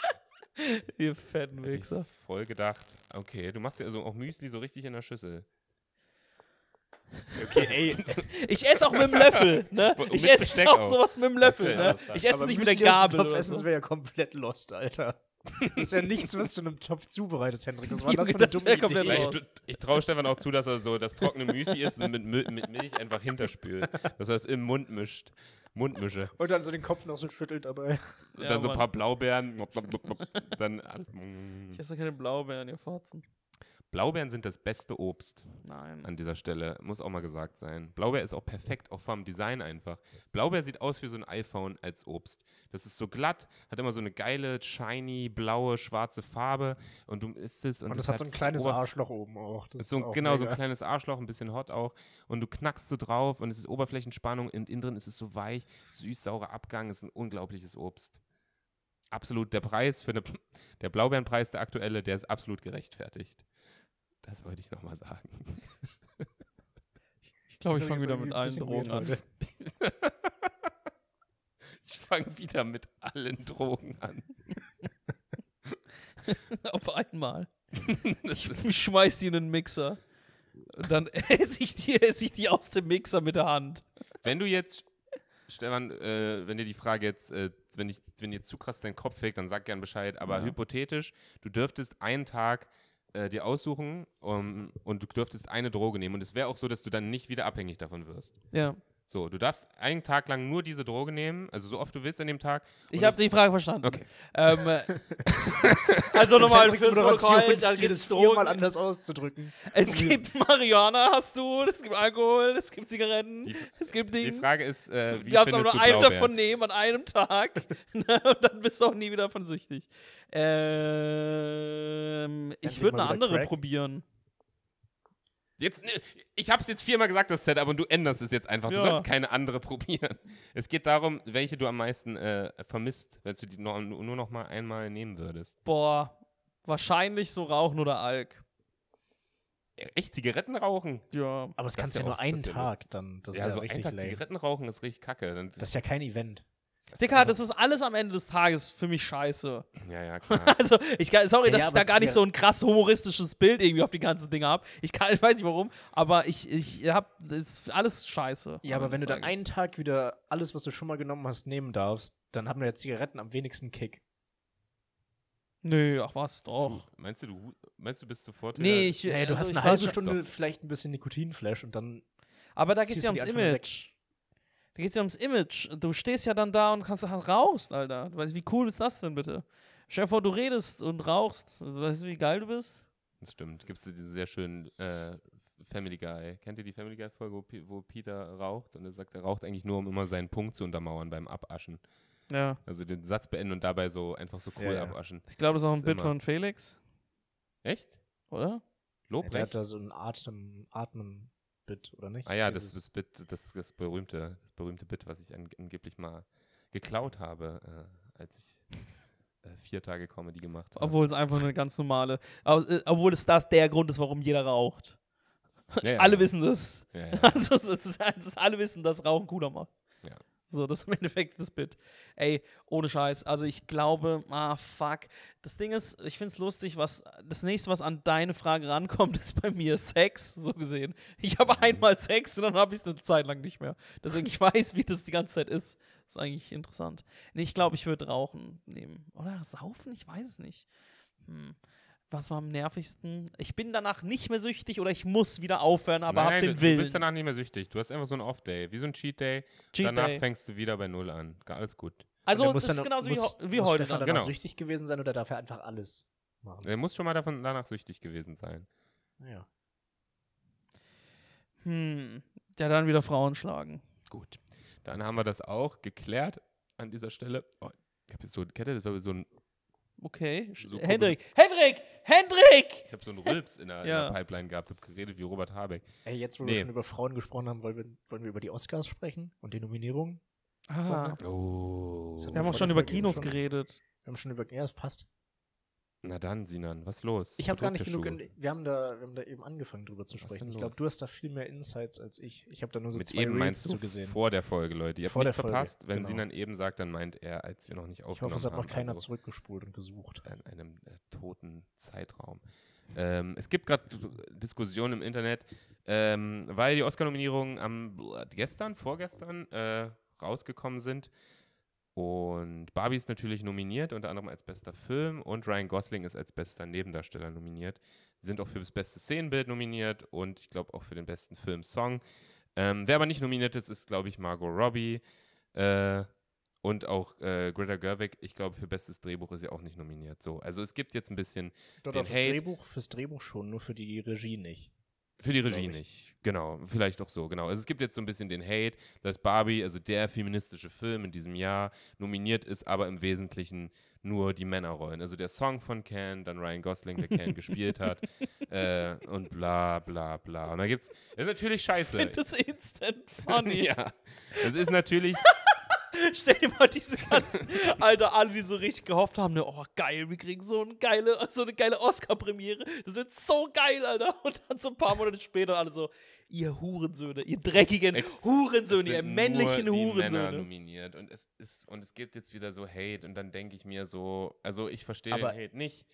S3: Ihr fetten
S1: Hätte ich
S3: Wichser.
S1: voll gedacht. Okay, du machst dir also auch Müsli so richtig in der Schüssel. Okay, ey.
S3: Ich esse auch mit dem Löffel, ne?
S1: Und
S3: Ich
S1: mit
S3: esse
S1: Besteck
S3: auch
S1: auch.
S3: sowas mit dem
S1: Das ist
S3: Löffel,
S1: ja
S3: ne?
S1: interessant.
S3: Ich esse
S2: Aber
S3: nicht mit der
S2: Müsli aus dem
S3: Gabel.
S2: Topf
S3: Oder
S2: essen
S3: so.
S2: wäre ja komplett lost, Alter. Das ist ja nichts, was du in einem Topf zubereitest, Hendrik. Was war
S3: Junge,
S2: das für eine
S3: das
S2: dumme
S3: wär
S2: Idee?
S3: komplett
S1: Ich,
S3: lost.
S1: ich, ich traue Stefan auch zu, dass er so das trockene Müsli isst und mit, Mil- mit Milch einfach hinterspült. Dass er es im Mund mischt. Mundmische.
S2: Und dann so den Kopf noch so schüttelt dabei.
S1: Und
S3: Ja,
S1: dann so ein
S3: Mann.
S1: paar Blaubeeren. Dann alles. mm.
S3: Ich esse keine Blaubeeren, ihr Fotzen.
S1: Blaubeeren sind das beste Obst
S3: Nein.
S1: an dieser Stelle. Muss auch mal gesagt sein. Blaubeer ist auch perfekt, auch vom Design einfach. Blaubeer sieht aus wie so ein iPhone als Obst. Das ist so glatt, hat immer so eine geile, shiny, blaue, schwarze Farbe. Und du isst es. Und,
S2: Und
S1: es
S2: das hat so ein kleines
S1: Oberf-
S2: Arschloch oben auch. Das
S1: Ist so,
S2: ist
S1: ein-
S2: auch
S1: genau, so ein
S2: mega.
S1: kleines Arschloch, ein bisschen hot auch. Und du knackst so drauf und es ist Oberflächenspannung und innen drin ist es so weich, süß, saurer Abgang, ist ein unglaubliches Obst. Absolut, der Preis für eine, der Blaubeerenpreis, der aktuelle, der ist absolut gerechtfertigt. Das wollte ich nochmal sagen.
S3: Ich glaube, ich
S2: Hendrik
S3: fange
S2: ist
S3: wieder
S2: irgendwie
S3: mit
S2: ein
S3: allen
S2: bisschen
S3: Drogen
S2: weird
S3: an.
S2: heute.
S1: Ich fange wieder mit allen Drogen an.
S3: Auf einmal.
S1: Das ist,
S3: Ich schmeiß die in den Mixer. Und dann esse ich, die, esse ich die aus dem Mixer mit der Hand.
S1: wenn du jetzt, Stefan, äh, wenn dir die Frage jetzt, äh, wenn, ich, wenn dir zu krass dein Kopf fegt, dann sag gern Bescheid. Aber
S3: Ja.
S1: hypothetisch, du dürftest einen Tag äh, dir aussuchen um, und du dürftest eine Droge nehmen. Und es wäre auch so, dass du dann nicht wieder abhängig davon wirst.
S3: Ja.
S1: So, du darfst einen Tag lang nur diese Droge nehmen, also so oft du willst an dem Tag.
S3: Ich
S1: Und
S3: habe die Frage verstanden.
S1: Okay.
S3: Ähm, äh, also nochmal
S2: Hendriks
S3: fürs Protokoll, da
S2: Moderationsstil
S3: gibt's
S2: ist viermal
S3: Drogen.
S2: anders auszudrücken.
S3: Es gibt Marihuana, hast du, es gibt Alkohol, es gibt Zigaretten,
S1: Die-
S3: es gibt
S1: Die
S3: Dinge.
S1: Frage ist, äh, wie
S3: du darfst aber
S1: findest du
S3: nur einen
S1: Blaubeeren?
S3: davon nehmen an einem Tag. ne, und dann bist du auch nie wieder davon süchtig. Ähm, ich
S2: Endlich
S3: würde
S2: mal
S3: eine
S2: wieder
S3: andere
S2: Crack.
S3: probieren.
S1: Jetzt, ne, ich habe es jetzt viermal gesagt, das Setup, und du änderst es jetzt einfach. Du
S3: Ja.
S1: sollst keine andere probieren. Es geht darum, welche du am meisten äh, vermisst, wenn du die no, nur noch mal einmal nehmen würdest.
S3: Boah, wahrscheinlich so Rauchen oder Alk.
S1: E- Echt Zigaretten rauchen?
S3: Ja.
S2: Aber das
S1: Das
S2: kannst
S1: ist
S2: du ja
S1: ja
S2: nur
S1: oft,
S2: einen
S1: das ist ja
S2: Tag dann. Das ist
S1: ja,
S2: ja
S1: so ein
S2: richtig
S1: Tag
S2: lame.
S1: Zigaretten rauchen ist richtig kacke. Dann,
S2: Das ist ja kein Event.
S1: das
S3: Dicker,
S1: ist
S3: das ist alles am Ende des Tages für mich scheiße.
S1: einfach- Ja, ja, klar.
S3: Also, ich, kann- sorry,
S2: Ja,
S3: dass
S2: ja,
S3: ich da
S2: aber
S3: gar nicht
S2: Ziga-
S3: so ein krass humoristisches Bild irgendwie auf die ganzen Dinge habe. Ich, kann, ich weiß nicht warum, aber ich, ich hab, das ist alles scheiße.
S2: Ja,
S3: am
S2: aber wenn
S3: Ende
S2: du
S3: des
S2: dann
S3: Tages.
S2: einen Tag wieder alles, was du schon mal genommen hast, nehmen darfst, dann haben ja Zigaretten am wenigsten Kick.
S3: Nö, ach was, doch.
S1: Du, meinst du, du, meinst du bist sofort wieder-
S3: Nee, ich.
S2: Naja, du
S3: also
S2: hast
S3: ich
S2: eine
S3: weiß
S2: halbe
S3: schon-
S2: Stunde
S1: Stopp.
S2: vielleicht ein bisschen Nikotinflash und dann
S3: Aber da geht's
S2: ziehst
S3: ja
S2: du die
S3: ums
S2: einfach nur
S3: Image. Da geht's ja ums Image. Du stehst ja dann da und kannst rauchst, Alter. Du weißt, wie cool ist das denn bitte? Stell dir vor, du redest und rauchst. Du weißt, wie geil du bist?
S1: Das stimmt. Gibt es diesen sehr schönen äh, Family Guy. Kennt ihr die Family Guy-Folge, wo, Pi- wo Peter raucht? Und er sagt, er raucht eigentlich nur, um immer seinen Punkt zu untermauern beim Abaschen.
S3: Ja.
S1: Also den Satz beenden und dabei so einfach so cool
S2: Ja, ja.
S1: abaschen.
S3: Ich glaube, das ist auch ein
S1: Ist
S3: Bit
S1: immer.
S3: von Felix,
S1: Echt?
S2: Ja, der
S3: oder? Oh,
S2: hat
S1: Lobrecht?
S2: da so ein Atem, Atmen-Bit, oder nicht? Also
S1: ah ja, das ist
S2: Dieses-
S1: das, Bit, das, das, berühmte, das berühmte Bit, was ich an, angeblich mal geklaut habe, äh, als ich äh, vier Tage Comedy gemacht habe.
S3: Obwohl es einfach eine ganz normale. au- äh, Obwohl es das der Grund ist, warum jeder raucht.
S1: Ja, ja.
S3: Alle wissen das.
S1: Ja, ja.
S3: Also, es ist, es ist, alle wissen, dass Rauchen cooler macht.
S1: Ja.
S3: So, das ist im Endeffekt das Bit. Ey, ohne Scheiß. Also, ich glaube, ah, fuck. Das Ding ist, ich find's lustig, was das nächste, was an deine Frage rankommt, ist bei mir Sex, so gesehen. Ich
S1: Mhm.
S3: habe einmal Sex und dann habe ich es eine Zeit lang nicht mehr. Deswegen, ich weiß, wie das die ganze Zeit ist. Das ist eigentlich interessant. Nee, ich glaube, ich würde Rauchen nehmen. Oder Saufen? Ich weiß es nicht. Hm. Was war am nervigsten? Ich bin danach nicht mehr süchtig oder ich muss wieder aufhören,
S1: Nein,
S3: aber hab
S1: nein,
S3: den
S1: du,
S3: Willen.
S1: Du bist danach nicht mehr süchtig. Du hast einfach so einen Off-Day, wie so ein Cheat-Day.
S3: Cheat
S1: Danach
S3: Day.
S1: fängst du wieder bei Null an. Ga- Alles gut.
S2: Und der
S3: Also,
S2: muss
S3: das ist
S2: dann-
S3: genauso wie,
S2: muss-
S3: ho- wie
S2: muss
S3: heute.
S2: Stefan
S3: Dann.
S2: dann
S1: Genau.
S2: süchtig gewesen sein oder darf er einfach alles machen?
S1: Er muss schon mal davon danach süchtig gewesen sein.
S2: Ja.
S3: Hm. Ja, dann wieder Frauen schlagen.
S1: Gut. Dann haben wir das auch geklärt an dieser Stelle. Oh, ich habe so, kennt ihr das, war so ein,
S3: Okay.
S1: So cool.
S3: Hendrik, Hendrik, Hendrik!
S1: ich habe so einen Rülps in der,
S3: Ja.
S1: in der Pipeline gehabt, habe geredet wie Robert Habeck.
S2: Ey, jetzt, wo
S1: Nee.
S2: wir schon über Frauen gesprochen haben, wollen wir, wollen wir über die Oscars sprechen und die Nominierung?
S3: Ah,
S1: Oh.
S2: Das hat
S3: wir haben auch
S2: Vor
S3: schon
S2: der Folge
S3: über
S2: eben
S3: Kinos
S2: schon.
S3: geredet.
S2: Wir haben schon über. Ja, das passt.
S1: Na dann, Sinan, was los?
S2: Ich habe gar nicht genug.
S1: Bedruckte
S2: In, wir, haben da, wir haben da eben angefangen drüber zu
S1: Was ist
S2: sprechen.
S1: denn
S2: Ich glaube,
S1: los?
S2: du hast da viel mehr Insights als ich. Ich habe da nur so
S1: Mit
S2: Also zwei
S1: eben
S2: Reels
S1: meinst
S2: zu
S1: du
S2: gesehen.
S1: vor der Folge, Leute. Ihr habt
S2: Vor der
S1: nichts
S2: Folge,
S1: verpasst. Wenn
S2: genau.
S1: Sinan eben sagt, dann meint er, als wir noch nicht
S2: Ich
S1: aufgenommen
S2: hoffe, es hat noch
S1: haben.
S2: keiner
S1: also
S2: zurückgespult und gesucht.
S1: an einem äh, toten Zeitraum. Ähm, es gibt gerade Diskussionen im Internet, ähm, weil die Oscar-Nominierungen am gestern, vorgestern äh, rausgekommen sind. Und Barbie ist natürlich nominiert, unter anderem als bester Film und Ryan Gosling ist als bester Nebendarsteller nominiert. Sind auch für das beste Szenenbild nominiert und ich glaube auch für den besten Film-Song. Ähm, wer aber nicht nominiert ist, ist, glaube ich, Margot Robbie. Äh, und auch äh, Greta Gerwig, ich glaube, für bestes Drehbuch ist sie auch nicht nominiert. So, also es gibt jetzt ein bisschen
S2: Dort
S1: Den
S2: auf das
S1: Hate-
S2: Drehbuch, fürs Drehbuch schon, nur für die Regie nicht.
S1: für die
S2: Glaub
S1: Regie
S2: ich.
S1: nicht. Genau, vielleicht auch so, genau. Also es gibt jetzt so ein bisschen den Hate, dass Barbie, also der feministische Film in diesem Jahr, nominiert ist, aber im Wesentlichen nur die Männerrollen. Also der Song von Ken, dann Ryan Gosling, der Ken gespielt hat äh, und bla bla bla. Und da gibt's, das ist natürlich scheiße.
S3: finde das instant funny.
S1: ja, das ist natürlich
S3: Stell dir mal diese ganzen, Alter, alle, die so richtig gehofft haben, ne, oh geil, wir kriegen so eine geile, so eine geile Oscar-Premiere. Das wird so geil, Alter. Und dann so ein paar Monate später alle so, ihr Hurensöhne, ihr dreckigen
S1: Ex- Es
S3: Hurensöhne, ihr
S1: sind
S3: männlichen
S1: nur die Männer
S2: ne?
S3: Hurensöhne.
S1: nominiert und es ist und es gibt jetzt wieder so Hate und dann denke ich mir so, also ich verstehe den
S2: Aber
S1: Hate nicht.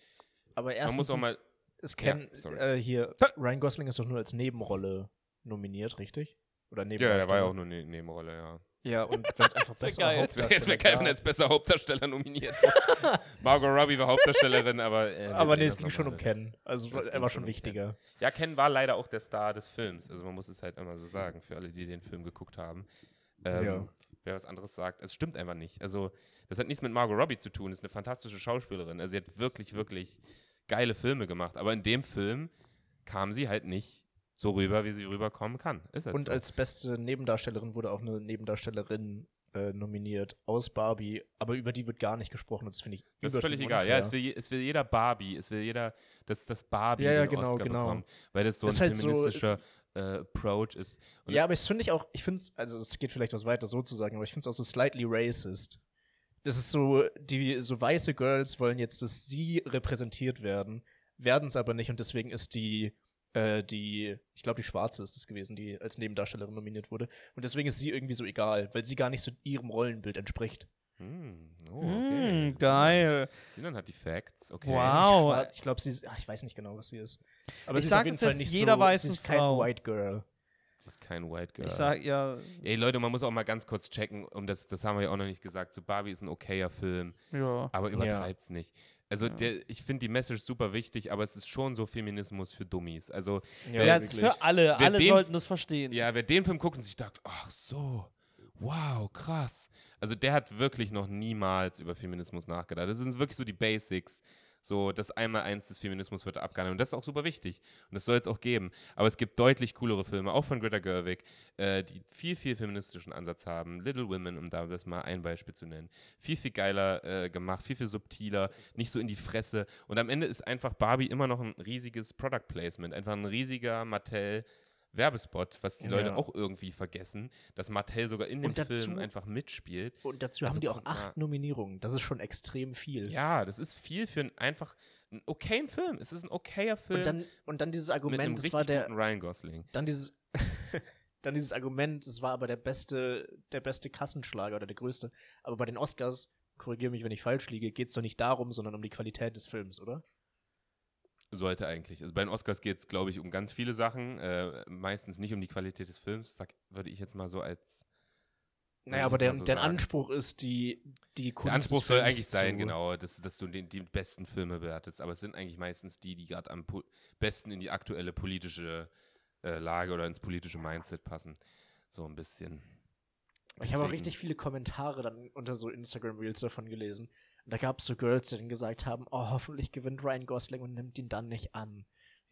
S2: Aber
S1: Man muss
S2: erstens,
S1: auch mal
S2: es
S1: Ja,
S2: kennen
S1: sorry.
S2: äh, hier, Ryan Gosling ist doch nur als Nebenrolle nominiert, richtig? Oder
S1: ja,
S2: Nebendarsteller.
S1: der war ja auch nur eine Nebenrolle, ja.
S2: Ja, und wenn es einfach
S3: wär
S2: besser
S3: geil.
S1: Jetzt wäre Kevin als besser Hauptdarsteller nominiert. worden. Margot Robbie war Hauptdarstellerin, aber äh, wir
S2: Aber
S1: sehen
S2: nee, es
S1: das
S2: ging
S1: noch
S2: schon
S1: mal.
S2: um Ken. Also
S1: Das
S2: er
S1: ging
S2: war
S1: schon
S2: schon
S1: um Ken.
S2: wichtiger.
S1: Ja, Ken war leider auch der Star des Films. Also man muss es halt einmal so sagen, für alle, die den Film geguckt haben. Ähm,
S2: Ja.
S1: Wer was anderes sagt, es stimmt einfach nicht. Also das hat nichts mit Margot Robbie zu tun. Das ist eine fantastische Schauspielerin. Also sie hat wirklich, wirklich geile Filme gemacht. Aber in dem Film kam sie halt nicht so rüber, wie sie rüberkommen kann. Ist halt
S2: Und
S1: so.
S2: als beste Nebendarstellerin wurde auch eine Nebendarstellerin äh, nominiert aus Barbie, aber über die wird gar nicht gesprochen. und Das finde ich
S1: das ist völlig
S2: übertrieben
S1: egal. Ja,
S2: unfair.
S1: es will, je- es will jeder Barbie, es will jeder, dass das Barbie
S2: Ja, ja,
S1: den
S2: genau,
S1: Oscar
S2: genau.
S1: bekommt, weil das so
S2: Ist
S1: ein
S2: halt so-
S1: feministischer äh, Approach ist. Und
S2: ja, aber ich finde ich auch, ich finde es, also es geht vielleicht was weiter so zu sagen, aber ich finde es auch so slightly racist. Das ist so, die so weiße Girls wollen jetzt, dass sie repräsentiert werden, werden es aber nicht und deswegen ist die, äh, die, ich glaube, die Schwarze ist es gewesen, die als Nebendarstellerin nominiert wurde. Und deswegen ist sie irgendwie so egal, weil sie gar nicht so ihrem Rollenbild entspricht.
S1: Hm, oh, okay. Sinan hat halt die Facts, okay.
S3: Wow. Au.
S2: Schwarz- Ich glaube, sie ist, ach, ich weiß nicht genau, was sie ist. Aber
S3: Ich
S2: sie ist
S3: sag
S2: auf jeden
S3: es
S2: Fall
S3: jetzt
S2: nicht
S3: jeder
S2: so,
S3: weißen
S2: sie ist kein
S3: Frau.
S2: White Girl.
S1: Das ist kein White Girl.
S3: Ich sag ja,
S1: Ey Leute, man muss auch mal ganz kurz checken, um das, das haben wir ja auch noch nicht gesagt. So Barbie ist ein okayer Film,
S3: ja.
S1: aber übertreibt's nicht. Also der, ich finde die Message super wichtig, aber es ist schon so Feminismus für Dummies. Also
S3: Ja,
S1: Ja,
S3: das ist für alle.
S1: Wer
S3: alle
S1: den-
S3: sollten das verstehen.
S1: ja, wer den Film guckt und sich dacht, ach so, wow, krass. Also der hat wirklich noch niemals über Feminismus nachgedacht. Das sind wirklich so die Basics. So, das einmal eins des Feminismus wird da abgehandelt. Und das ist auch super wichtig. Und das soll es auch geben. Aber es gibt deutlich coolere Filme, auch von Greta Gerwig, äh, die viel, viel feministischen Ansatz haben. Little Women, um da das mal ein Beispiel zu nennen. Viel, viel geiler äh, gemacht, viel, viel subtiler, nicht so in die Fresse. Und am Ende ist einfach Barbie immer noch ein riesiges Product Placement. Einfach ein riesiger Mattel. Werbespot, was die Leute
S2: Ja.
S1: auch irgendwie vergessen, dass Mattel sogar in dem
S2: Und dazu-
S1: Film einfach mitspielt.
S2: Und dazu
S1: Also
S2: haben die auch
S1: kommt mal-
S2: acht Nominierungen. Das ist schon extrem viel.
S1: Ja, das ist viel für einen einfach einen okayen Film. Es ist ein okayer Film
S2: Und dann, und dann dieses
S1: mit einem
S2: Argument, es
S1: richtig
S2: war der,
S1: guten Ryan Gosling.
S2: dann dieses, dann dieses Argument, es war aber der beste, der beste Kassenschlager oder der größte. Aber bei den Oscars, korrigiere mich, wenn ich falsch liege, geht es doch nicht darum, sondern um die Qualität des Films, oder?
S1: Sollte eigentlich. Also bei den Oscars geht es, glaube ich, um ganz viele Sachen. Äh, meistens nicht um die Qualität des Films, sag, würde ich jetzt mal so als Würde ich
S2: Naja, aber
S1: jetzt
S2: der,
S1: mal so
S2: deren
S1: sagen.
S2: Anspruch ist die, die Kunst.
S1: Der Anspruch
S2: des
S1: soll
S2: Films
S1: eigentlich sein,
S2: zu-
S1: genau, dass, dass du den, die besten Filme bewertest. Aber es sind eigentlich meistens die, die gerade am po besten in die aktuelle politische äh, Lage oder ins politische Mindset passen. So ein bisschen.
S2: Ich habe auch
S1: Deswegen-
S2: richtig viele Kommentare dann unter so Instagram-Reels davon gelesen. Und da gab es so Girls, die dann gesagt haben, oh, hoffentlich gewinnt Ryan Gosling und nimmt ihn dann nicht an.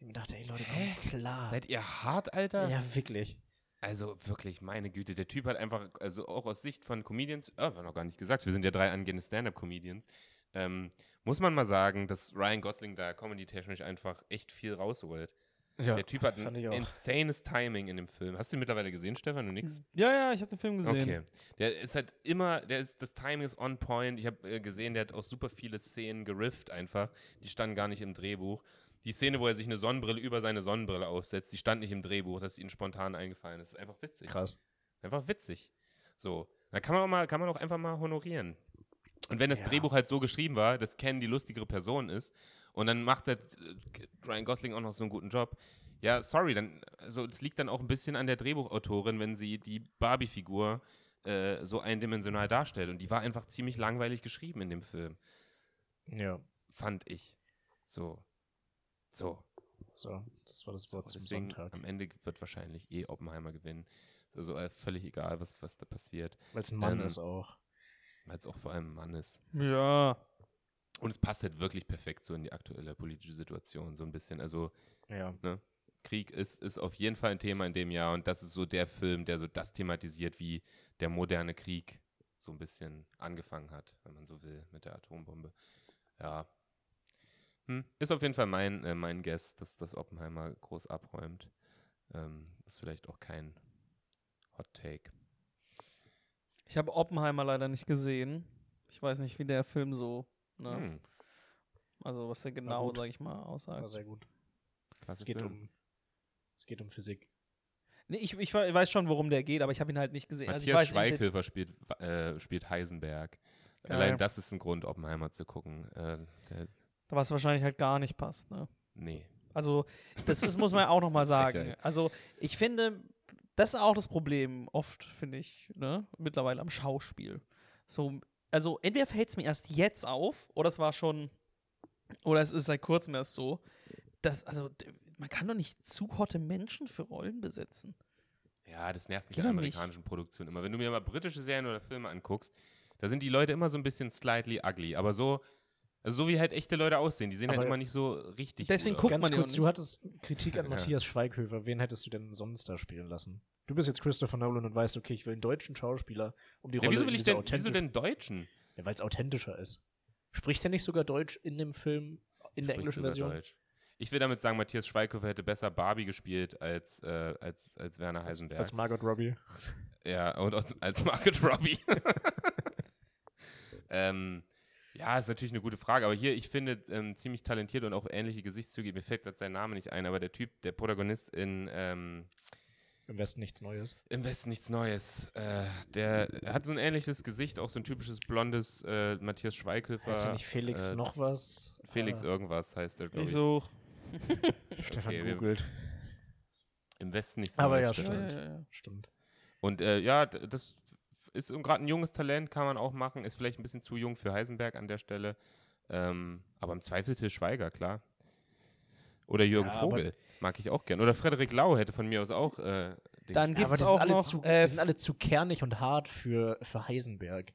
S2: Und ich mir dachte, ey Leute, komm klar.
S1: Seid ihr hart, Alter?
S2: Ah. ja, wirklich.
S1: Also wirklich, meine Güte, der Typ hat einfach, also auch aus Sicht von Comedians, äh, war noch gar nicht gesagt, wir sind ja drei angehende Stand-Up-Comedians, ähm, muss man mal sagen, dass Ryan Gosling da comedy-technisch einfach echt viel rausholt.
S2: Ja.
S1: Der Typ hat ein
S2: fand ich auch.
S1: insanes Timing in dem Film. Hast du ihn mittlerweile gesehen, Stefan? Du nix?
S3: Ja, ja, ich habe den Film gesehen.
S1: Okay. Der ist halt immer, der ist, das Timing ist on point. Ich habe äh, gesehen, der hat auch super viele Szenen gerifft einfach. Die standen gar nicht im Drehbuch. Die Szene, wo er sich eine Sonnenbrille über seine Sonnenbrille aufsetzt, die stand nicht im Drehbuch, das ist ihnen spontan eingefallen. Das ist einfach witzig.
S2: Krass.
S1: Einfach witzig. So. Da kann man auch mal, kann man auch einfach mal honorieren. Und wenn das
S2: Ja.
S1: Drehbuch halt so geschrieben war, dass Ken die lustigere Person ist und dann macht der äh, Ryan Gosling auch noch so einen guten Job. Ja, sorry, dann, also das liegt dann auch ein bisschen an der Drehbuchautorin, wenn sie die Barbie-Figur äh, so eindimensional darstellt. Und die war einfach ziemlich langweilig geschrieben in dem Film,
S2: Ja.
S1: fand ich. So. So.
S2: So, das war das Wort zum
S1: Deswegen, ähm,
S2: Sonntag.
S1: am Ende wird wahrscheinlich eh Oppenheimer gewinnen. Ist Also äh, völlig egal, was, was da passiert.
S2: Weil es ein Mann
S1: ähm,
S2: ist auch.
S1: Weil es auch vor allem ein Mann ist.
S3: Ja.
S1: Und es passt halt wirklich perfekt so in die aktuelle politische Situation, so ein bisschen. Also
S2: Ja.
S1: Krieg ist, ist auf jeden Fall ein Thema in dem Jahr und das ist so der Film, der so das thematisiert, wie der moderne Krieg so ein bisschen angefangen hat, wenn man so will, mit der Atombombe. Ja. Hm. Ist auf jeden Fall mein, äh, mein Guess, dass das Oppenheimer groß abräumt. Ähm, ist vielleicht auch kein Hot Take.
S3: Ich habe Oppenheimer leider nicht gesehen. Ich weiß nicht, wie der Film so, ne?
S1: Hm. Also
S3: also was der
S2: Na
S3: genau,
S2: gut.
S3: sage ich mal, aussagt.
S2: War sehr gut.
S1: Klasse
S2: Es geht
S1: Film.
S2: um, es geht um Physik.
S3: Nee, ich, ich we- weiß schon, worum der geht, aber ich habe ihn halt nicht gesehen.
S1: Matthias
S3: also ich weiß,
S1: Schweighöfer spielt, äh, spielt Heisenberg.
S3: Geil.
S1: Allein das ist ein Grund, Oppenheimer zu gucken. Äh, der,
S3: Was wahrscheinlich halt gar nicht passt. Ne?
S1: nee.
S3: Also das, ist- muss man ja auch nochmal
S1: Das ist eine
S3: sagen.
S1: Frechheit.
S3: Also ich finde, das ist auch das Problem oft, finde ich, ne? mittlerweile am Schauspiel. So, also entweder fällt es mir erst jetzt auf oder es war schon, oder es ist seit kurzem erst so, dass, also d- man kann doch nicht zu hotte Menschen für Rollen besetzen.
S1: Ja, das nervt mich
S3: Geht
S1: an
S3: doch nicht.
S1: amerikanischen Produktionen immer. Wenn du mir mal britische Serien oder Filme anguckst, da sind die Leute immer so ein bisschen slightly ugly, aber so, also so wie halt echte Leute aussehen. Die sehen halt
S2: Aber
S1: immer nicht so richtig
S3: Deswegen
S1: gut
S3: guckt
S1: aus.
S3: man
S2: Ganz
S3: ja
S2: kurz,
S3: auch
S2: du
S3: nicht.
S2: hattest Kritik an
S1: Ja.
S2: Matthias Schweighöfer. Wen hättest du denn sonst da spielen lassen? Du bist jetzt Christopher Nolan und weißt, okay, ich will einen deutschen Schauspieler, um die
S1: Ja,
S2: Rolle
S1: wieso
S2: in
S1: will ich
S2: dieser
S1: denn, wieso
S2: authentisch-
S1: denn Deutschen?
S2: Ja, weil es authentischer ist. Spricht er nicht sogar Deutsch in dem Film, in der
S1: Spricht
S2: englischen
S1: sogar
S2: Version?
S1: Deutsch. Ich will damit sagen, Matthias Schweighöfer hätte besser Barbie gespielt als, äh, als, als Werner Heisenberg.
S2: Als Margot Robbie.
S1: Ja, und als, als Market Robbie. ähm, ja, ist natürlich eine gute Frage, aber hier, ich finde, ähm, ziemlich talentiert und auch ähnliche Gesichtszüge, mir fällt gerade sein Name nicht ein, aber der Typ, der Protagonist in ähm,
S2: Im Westen nichts Neues.
S1: Im Westen nichts Neues, äh, der hat so ein ähnliches Gesicht, auch so ein typisches blondes äh, Matthias Schweighöfer.
S2: Heißt ja nicht Felix
S1: äh,
S2: noch was?
S1: Felix
S2: Ah,
S1: irgendwas heißt der, glaube ich.
S3: Wieso?
S2: Stefan
S1: okay, wir-
S2: googelt.
S1: Im Westen nichts
S2: Aber ja,
S1: Neues.
S3: Ja,
S1: stimmt.
S3: ja,
S2: stimmt.
S3: ja, ja.
S2: Stimmt.
S1: Und äh, ja, d- das ist gerade ein junges Talent, kann man auch machen. Ist vielleicht ein bisschen zu jung für Heisenberg an der Stelle. Ähm, aber im Zweifel Till Schweiger, klar. Oder Jürgen
S2: Ja, aber-
S1: Vogel, mag ich auch gern. Oder Frederik Lau hätte von mir aus auch. Äh, Dings
S3: Dann
S1: gemacht.
S2: aber die
S3: gibt's auch
S2: sind, alle
S3: noch,
S2: zu,
S3: äh,
S2: die sind alle zu kernig und hart für, für Heisenberg.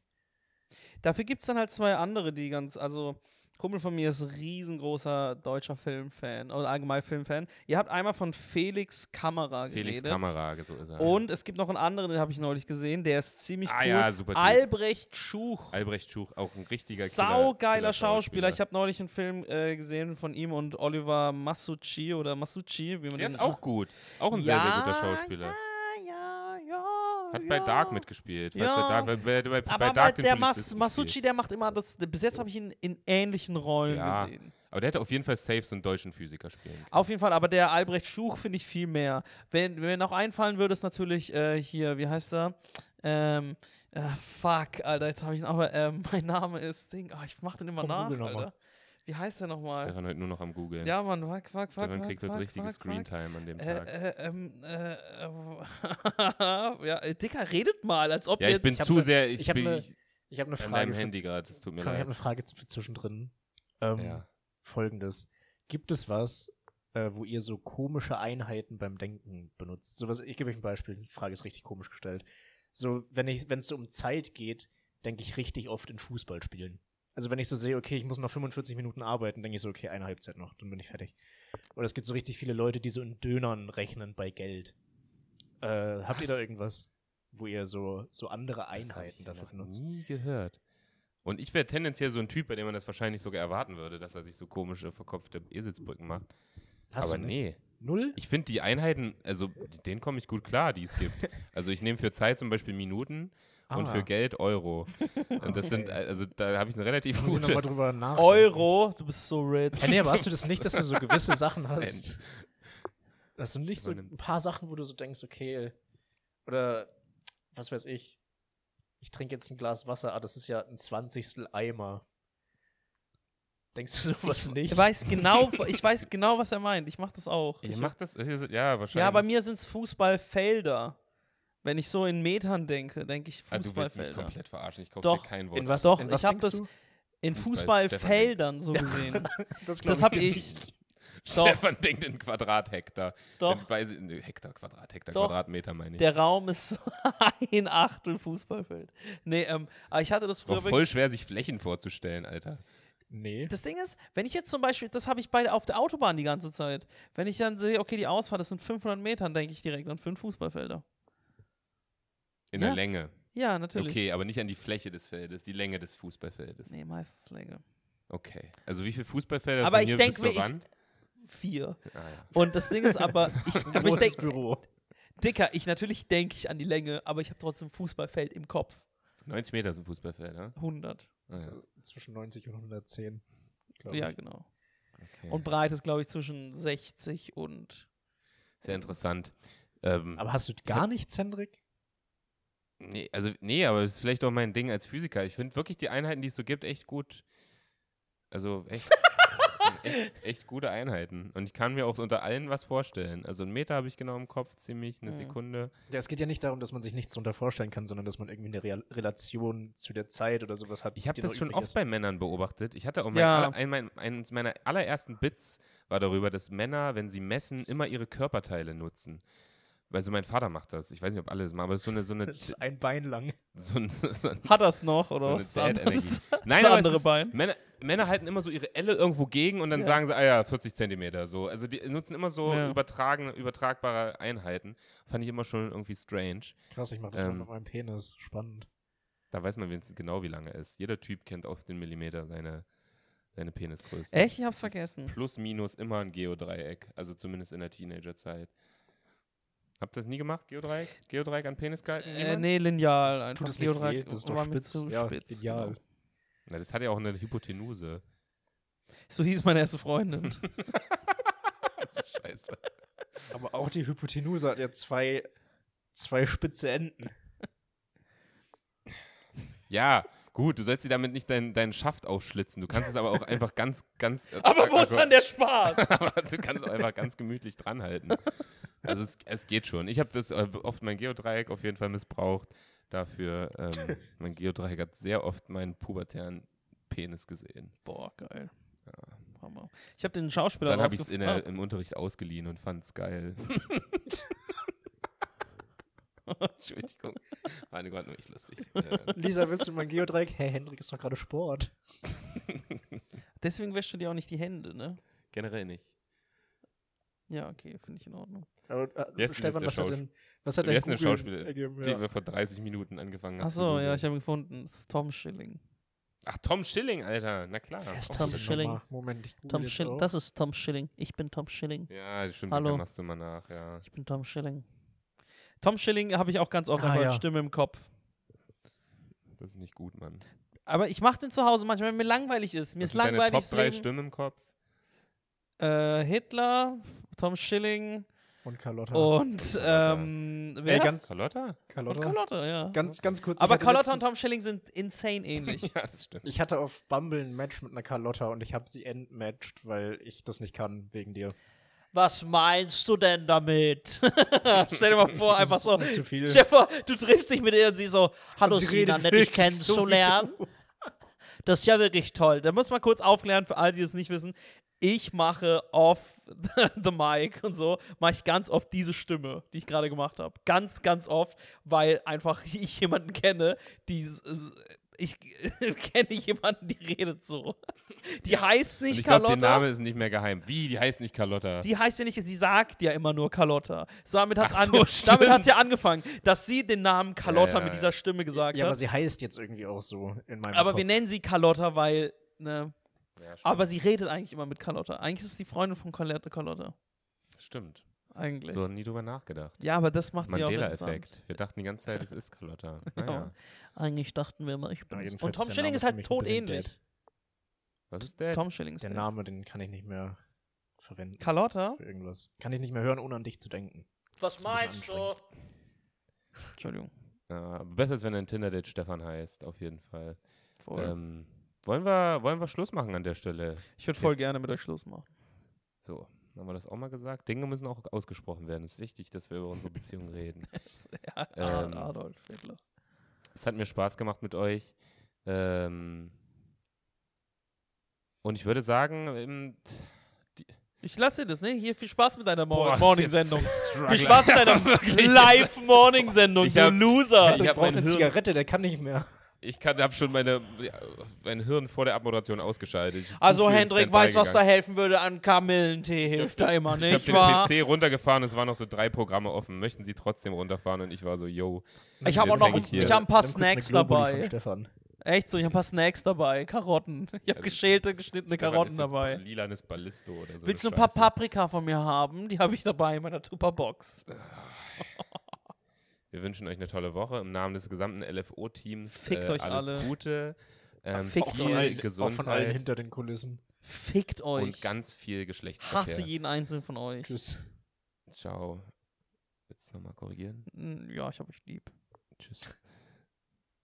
S3: Dafür gibt es dann halt zwei andere, die ganz, also Kumpel von mir ist riesengroßer deutscher Filmfan oder allgemein Filmfan. Ihr habt einmal von Felix Kamera geredet.
S1: Felix Kamera, so ist er.
S3: Und es gibt noch einen anderen, den habe ich neulich gesehen, der ist ziemlich
S1: Ah
S3: cool.
S1: ja, super Typ.
S3: Albrecht Schuch.
S1: Albrecht Schuch, auch ein richtiger Killer-
S3: Saugeiler
S1: Killer
S3: Schauspieler. Ich habe neulich einen Film äh, gesehen von ihm und Oliver Masucci oder Masucci, wie man
S1: Der
S3: den
S1: ist auch gut. Auch ein sehr, sehr guter Schauspieler.
S3: Ja, ja, ja.
S1: Hat
S3: ja.
S1: bei Dark mitgespielt. falls
S3: Ja.
S1: der Dark, bei, bei, bei,
S3: Aber
S1: bei Dark den
S3: der Mas
S1: Polizisten
S3: Masucci,
S1: spielt.
S3: der macht immer das. Bis jetzt habe ich ihn in ähnlichen Rollen
S1: Ja.
S3: gesehen.
S1: Aber der hätte auf jeden Fall safe so einen deutschen Physiker spielen können.
S3: Auf jeden Fall, aber der Albrecht Schuch finde ich viel mehr. Wenn, wenn mir noch einfallen würde, ist natürlich äh, hier, wie heißt er? Ähm, äh, fuck, Alter, jetzt habe ich ihn aber. Ähm, mein Name ist Ding. Ah, ich mache den immer
S2: Komm,
S3: nach,
S2: google noch
S3: Alter.
S2: mal.
S3: Wie heißt der nochmal?
S1: Stefan heute nur noch am Googeln.
S3: Ja, Mann, fuck, fuck, fuck.
S1: Stefan
S3: fuck,
S1: kriegt
S3: fuck,
S1: halt richtige
S3: fuck, fuck.
S1: Screentime an dem Tag.
S3: Äh, äh, ähm, äh, äh, ja, äh, Dicker, redet mal, als ob
S1: ja,
S3: jetzt.
S1: ich bin
S2: ich hab
S1: zu
S2: ne-
S1: sehr, ich,
S2: ich hab
S1: bin
S2: ne
S1: ich,
S2: Ich habe eine
S1: an
S2: Frage.
S1: deinem
S2: Für, komm,
S1: Handy gerade, es tut mir
S2: ich habe eine
S1: leid.
S2: Frage z- zwischendrin. Ähm,
S1: Ja.
S2: Folgendes. Gibt es was, äh, wo ihr so komische Einheiten beim Denken benutzt? Sowas, ich gebe euch ein Beispiel, die Frage ist richtig komisch gestellt. So, wenn ich, wenn es so um Zeit geht, denke ich richtig oft in Fußballspielen. Also wenn ich so sehe, okay, ich muss noch 45 Minuten arbeiten, denke ich so, okay, eine Halbzeit noch, dann bin ich fertig. Oder es gibt so richtig viele Leute, die so in Dönern rechnen bei Geld. Äh, habt ihr da
S1: Was?
S2: irgendwas, wo ihr so, so andere
S1: Das hab
S2: Einheiten
S1: ich
S2: dafür
S1: noch
S2: benutzt?
S1: nie gehört. Und ich wäre tendenziell so ein Typ, bei dem man das wahrscheinlich sogar erwarten würde, dass er sich so komische, verkopfte Eselsbrücken macht.
S2: Hast
S1: Aber
S2: du nicht?
S1: nee.
S2: Null?
S1: Ich finde die Einheiten, also denen komme ich gut klar, die es gibt. Also ich nehme für Zeit zum Beispiel Minuten und
S2: Ah.
S1: für Geld Euro. Und das sind, also da habe ich eine relativ
S2: Muss ich nochmal
S1: gute.
S2: drüber nachdenken.
S3: Euro, du bist so rich.
S2: Hä, nee, aber hast du das nicht, dass du so gewisse Sachen hast?
S1: Cent.
S2: Hast du nicht so
S1: Aber ne-
S2: ein paar Sachen, wo du so denkst, okay, oder was weiß ich, ich trinke jetzt ein Glas Wasser, ah, das ist ja ein Zwanzigstel Eimer. Denkst du sowas nicht?
S3: Ich weiß genau, ich weiß genau, was er meint. Ich mache das auch.
S1: Ihr macht das, ja, wahrscheinlich.
S3: ja, bei mir sind es Fußballfelder. Wenn ich so in Metern denke, denke ich
S1: Ah, du willst mich
S3: Fußballfelder.
S1: komplett verarschen, ich kaufe
S3: Doch,
S1: dir kein Wort.
S2: in was,
S3: Doch,
S2: in
S3: ich
S2: was
S3: hab
S2: denkst
S3: das-
S2: du?
S3: in
S1: Fußball-
S3: Fußballfeldern so gesehen.
S2: glaub
S3: Das habe ich. Doch,
S1: Stefan denkt in Quadrat-Hektar.
S3: doch.
S1: Wenn- Weiß ich, nee, äh, Hektar, Quadrat, Hektar,
S3: Doch.
S1: Quadratmeter meine ich.
S3: Der Raum ist so ein Achtel Fußballfeld. Nee, ähm, aber ich hatte das
S1: Ist auch
S3: früher
S1: voll
S3: wirklich-
S1: schwer, sich Flächen vorzustellen, Alter.
S2: Nee.
S3: Das Ding ist, wenn ich jetzt zum Beispiel, das habe ich bei, auf der Autobahn die ganze Zeit, wenn ich dann sehe, okay, die Ausfahrt, das sind 500 Metern, denke ich direkt an fünf Fußballfelder.
S1: In
S3: Ja,
S1: der Länge.
S3: Ja, natürlich.
S1: Okay, aber nicht an die Fläche des Feldes, die Länge des Fußballfeldes.
S3: Nee, meistens länger.
S1: Okay. Also wie viele Fußballfelder
S3: Aber
S1: von
S3: ich
S1: hier
S3: denk
S1: bis
S3: mir,
S1: so
S3: ich-
S1: ran?
S3: Vier.
S1: Ah, ja.
S3: Und das Ding ist aber, ich, aber ich
S2: Großes
S3: denke,
S2: Büro.
S3: Dicker, ich natürlich denke ich an die Länge, aber ich habe trotzdem Fußballfeld im Kopf.
S1: 90 Meter sind Fußballfelder.
S3: 100.
S1: Ah, ja.
S2: Also zwischen 90 und 110. glaub
S3: Ja,
S2: ich.
S3: genau.
S1: Okay.
S3: Und breit ist, glaube ich, zwischen 60 und.
S1: Sehr interessant. Ähm,
S3: genau.
S2: Aber hast du gar nichts, Hendrik?
S1: nee, also, nee, aber das ist vielleicht auch mein Ding als Physiker. Ich finde wirklich die Einheiten, die es so gibt, echt gut. Also echt, echt, echt gute Einheiten. Und ich kann mir auch unter allen was vorstellen. Also einen Meter habe ich genau im Kopf, ziemlich, eine
S3: Ja.
S1: Sekunde.
S2: Ja, es geht ja nicht darum, dass man sich nichts darunter vorstellen kann, sondern dass man irgendwie eine Real Relation zu der Zeit oder sowas hat.
S1: Ich habe
S2: die
S1: das
S2: noch
S1: schon
S2: übrig
S1: oft
S2: ist.
S1: bei Männern beobachtet. Ich hatte auch mein
S3: Ja.
S1: aller, ein, mein, eines meiner allerersten Bits war darüber, dass Männer, wenn sie messen, immer ihre Körperteile nutzen. Also mein Vater macht das. Ich weiß nicht, ob alle das machen, aber das ist so eine, so eine,
S2: Das ist ein Bein lang.
S1: so ein, so ein
S3: Hat das noch oder was?
S1: so eine
S3: anderes?
S1: Dad-Energie. Nein,
S3: Das
S1: aber
S3: andere
S1: es ist,
S3: Bein.
S1: Männer, Männer halten immer so ihre Elle irgendwo gegen und dann
S3: Ja.
S1: sagen sie, ah ja, 40 Zentimeter. So. Also die nutzen immer so
S3: Ja.
S1: übertragen, übertragbare Einheiten. Fand ich immer schon irgendwie strange.
S2: Krass, ich mache das mal
S1: Ähm.
S2: mit meinem Penis. Spannend.
S1: Da weiß man wenigstens genau, wie lang er ist. Jeder Typ kennt auf den Millimeter seine, seine Penisgröße.
S3: Echt? Ich hab's vergessen.
S1: Plus, minus immer ein Geodreieck. Also zumindest in der Teenagerzeit. Habt ihr das nie gemacht, Geodreieck? Geodreieck an Penis gehalten?
S3: Äh,
S1: niemand?
S3: nee, lineal.
S2: Das
S3: einfach
S2: tut es nicht
S3: Geodreieck
S2: weh, das ist doch
S3: war mit
S2: spitz.
S3: so
S2: Ja,
S3: spitz.
S2: ideal.
S3: genau.
S1: Na, das hat ja auch eine Hypotenuse.
S3: So hieß meine erste Freundin.
S1: Das ist scheiße.
S2: Aber auch die Hypotenuse hat ja zwei, zwei spitze Enden.
S1: Ja, gut, du sollst dir damit nicht deinen deinen Schaft aufschlitzen. Du kannst es aber auch einfach ganz, ganz. äh,
S3: Aber
S2: Oh
S3: wo
S1: äh,
S3: ist dann der Spaß?
S1: aber du kannst auch einfach ganz gemütlich dranhalten. Also es, es geht schon. Ich habe das äh, oft mein Geodreieck auf jeden Fall missbraucht. Dafür, ähm, mein Geodreieck hat sehr oft meinen pubertären Penis gesehen.
S3: Boah, geil. Hammer. Ich habe den Schauspieler
S1: Dann habe ich es
S3: rausgef- ah.
S1: im Unterricht ausgeliehen und fand es geil. Entschuldigung. War gerade nur ich lustig. Äh,
S2: Lisa, willst du mein Geodreieck? Hey, Hendrik ist doch gerade Sport.
S3: Ah, deswegen wäschst du dir auch nicht die Hände, ne?
S1: generell nicht.
S3: Ja, okay, finde ich in Ordnung.
S2: Aber,
S1: Wer ist
S2: äh,
S1: denn
S2: Stefan,
S1: jetzt
S2: was
S1: der
S2: hat denn, was hat
S1: Wer
S2: denn
S1: ist denn der
S2: Google
S1: Schauspieler,
S2: ergeben?
S1: Die
S2: Ja.
S1: wir vor 30 Minuten angefangen haben. zu
S3: Achso, ja,
S1: googeln.
S3: ich habe ihn gefunden. Das ist Tom Schilling.
S1: Ach, Tom Schilling, Alter. Na klar.
S2: Wer ist
S1: Tom
S2: das
S3: Tom
S2: denn
S3: Schilling.
S2: nochmal? Moment, ich google
S3: Tom
S2: jetzt
S3: Schilling.
S2: auch.
S3: Das ist Tom Schilling. Ich bin Tom Schilling.
S1: Ja, stimmt,
S3: Hallo.
S1: Hallo. machst du mal nach, ja.
S3: Ich bin Tom Schilling. Tom Schilling habe ich auch ganz oft
S2: Ah,
S3: einfach
S2: ja.
S3: als Stimme im Kopf.
S1: Das ist nicht gut, Mann.
S3: Aber ich mache den zu Hause manchmal, wenn mir langweilig ist. Mir
S1: Was
S3: ist
S1: sind deine
S3: langweilig.
S1: Top 3
S3: deswegen-
S1: Stimmen im Kopf.
S3: äh, Hitler, Tom Schilling
S2: Und Carlotta.
S3: und
S1: Carlotta.
S3: ähm, wer?
S2: Ey, ganz,
S1: Äh, Carlotta?
S3: Oh. und
S2: Carlotta.
S3: Carlotta, ja.
S2: Ganz, ganz kurz. ich
S3: Aber
S2: hatte
S3: Carlotta und
S2: letztens-
S3: Tom Schilling sind insane ähnlich.
S1: Ja, das stimmt.
S2: Ich hatte auf Bumble ein Match mit einer Carlotta und ich habe sie entmatched, weil ich das nicht kann, wegen dir.
S3: Was meinst du denn damit? Stell dir mal vor,
S2: Das
S3: einfach
S2: ist
S3: so.
S2: mir zu viel.
S3: Stefan, du triffst dich mit ihr und sie so, hallo
S2: Und sie
S3: Sina,
S2: redet
S3: nett dich
S2: wirklich so wie
S3: kennenzulernen.
S2: du.
S3: Das ist ja wirklich toll. Da muss man kurz aufklären für alle, die es nicht wissen. Ich mache off the mic und so, mache ich ganz oft diese Stimme, die ich gerade gemacht habe. Ganz, ganz oft, weil einfach ich jemanden kenne, die. s- s- Ich kenne jemanden, die redet so. Die heißt
S1: Und
S3: nicht
S1: ich glaube, der
S3: Carlotta.
S1: Name ist nicht mehr geheim. Wie? Die heißt nicht Carlotta.
S3: Die heißt ja nicht, sie sagt ja immer nur Carlotta. So, Damit hat
S1: Ach so,
S3: es
S1: stimmt.
S3: ja angefangen, dass sie den Namen Carlotta
S1: Ja, ja, ja.
S3: mit dieser Stimme gesagt
S2: Ja, aber
S3: hat.
S2: sie heißt jetzt irgendwie auch so in meinem
S3: Aber
S2: Kopf.
S3: wir nennen sie Carlotta, weil, ne,
S1: Ja, stimmt.
S3: aber sie redet eigentlich immer mit Carlotta. Eigentlich ist es die Freundin von Carlotta. Carlotta.
S1: Stimmt.
S3: eigentlich.
S1: So nie drüber nachgedacht.
S3: Ja, aber das macht sie auch interessant. Genau.
S1: Mandela-Effekt. Wir dachten die ganze Zeit, es ist Carlotta. Naja.
S3: Eigentlich dachten wir mal, ich
S2: Ja, jedenfalls
S3: Und
S2: ist
S3: Tom
S2: der
S3: Schilling
S2: Name
S3: ist
S2: für
S3: halt
S2: mich ein bisschen
S3: todähnlich.
S1: Was ist der?
S3: Tom Schilling ist
S2: Der
S3: dead.
S2: Name, den kann ich nicht mehr verwenden.
S3: Carlotta?
S2: Für irgendwas. Kann ich nicht mehr hören, ohne an dich zu denken.
S4: Was
S2: Das ist ein
S4: meinst
S2: bisschen
S4: du?
S3: Entschuldigung.
S1: Äh, besser als wenn ein Tinder-Date Stefan heißt, auf jeden Fall.
S3: Voll.
S1: Ähm, wollen, wir, wollen wir Schluss machen an der Stelle?
S3: ich würde voll
S1: jetzt-
S3: gerne mit euch Schluss machen.
S1: So, haben wir das auch mal gesagt? Dinge müssen auch ausgesprochen werden. Es ist wichtig, dass wir über unsere Beziehung reden.
S3: Ja,
S1: Ähm.
S3: Adolf Hitler.
S1: Es hat mir Spaß gemacht mit euch. Ähm, und ich würde sagen, ähm,
S3: Ich lasse dir das, ne? Hier, viel Spaß mit deiner
S1: Boah,
S3: Mor
S1: ist
S3: Morning-Sendung.
S1: jetzt-
S3: Viel Spaß mit deiner Live-Morning-Sendung,
S1: Ich
S3: du
S1: hab-
S3: Loser.
S1: Ich
S2: Ich
S1: hab
S2: brauche
S1: mein
S2: eine
S1: Hirn-
S2: Zigarette, der kann nicht mehr.
S1: ich habe schon meine, ja, mein Hirn vor der Abmoderation ausgeschaltet. Ich bin zu
S3: Also
S1: früh in
S3: Hendrik
S1: Standby
S3: weiß, was da
S1: gegangen.
S3: helfen würde. An Kamillentee hilft da immer,
S1: Ich
S3: nicht wahr?
S1: habe den PC runtergefahren, es waren noch so drei Programme offen. Möchten Sie trotzdem runterfahren? Und ich war so, yo.
S3: Ich habe auch
S1: Jetzt
S3: noch
S1: häng
S3: ein,
S1: ich hier.
S3: ich hab ein paar
S2: Nimm kurz eine
S3: Snacks
S2: Globuli Von
S3: dabei.
S2: Stefan.
S3: Echt so, ich habe ein paar Snacks dabei. Karotten. Ich habe
S1: Ja,
S3: geschälte, geschnittene
S1: Stefan
S3: Karotten
S1: ist jetzt
S3: dabei.
S1: Lilanes Ballisto oder so.
S3: Willst du ein
S1: eine
S3: paar
S1: Scheiße.
S3: Paprika von mir haben? Die habe ich dabei in meiner Tupperbox.
S1: Wir wünschen euch eine tolle Woche im Namen des gesamten LFO-Teams.
S3: Fickt
S1: äh,
S3: euch
S1: alles
S3: alle.
S1: Gute. Ähm,
S3: Fickt
S1: viel
S2: allen-
S3: euch.
S2: auch von allen
S1: Gesundheit
S2: hinter den Kulissen.
S3: Fickt euch.
S1: und ganz viel Geschlechtsverkehr.
S3: Hasse jeden einzelnen von euch.
S2: Tschüss.
S1: Ciao. Willst du nochmal korrigieren?
S3: Mm, Ja, ich habe euch lieb.
S1: Tschüss.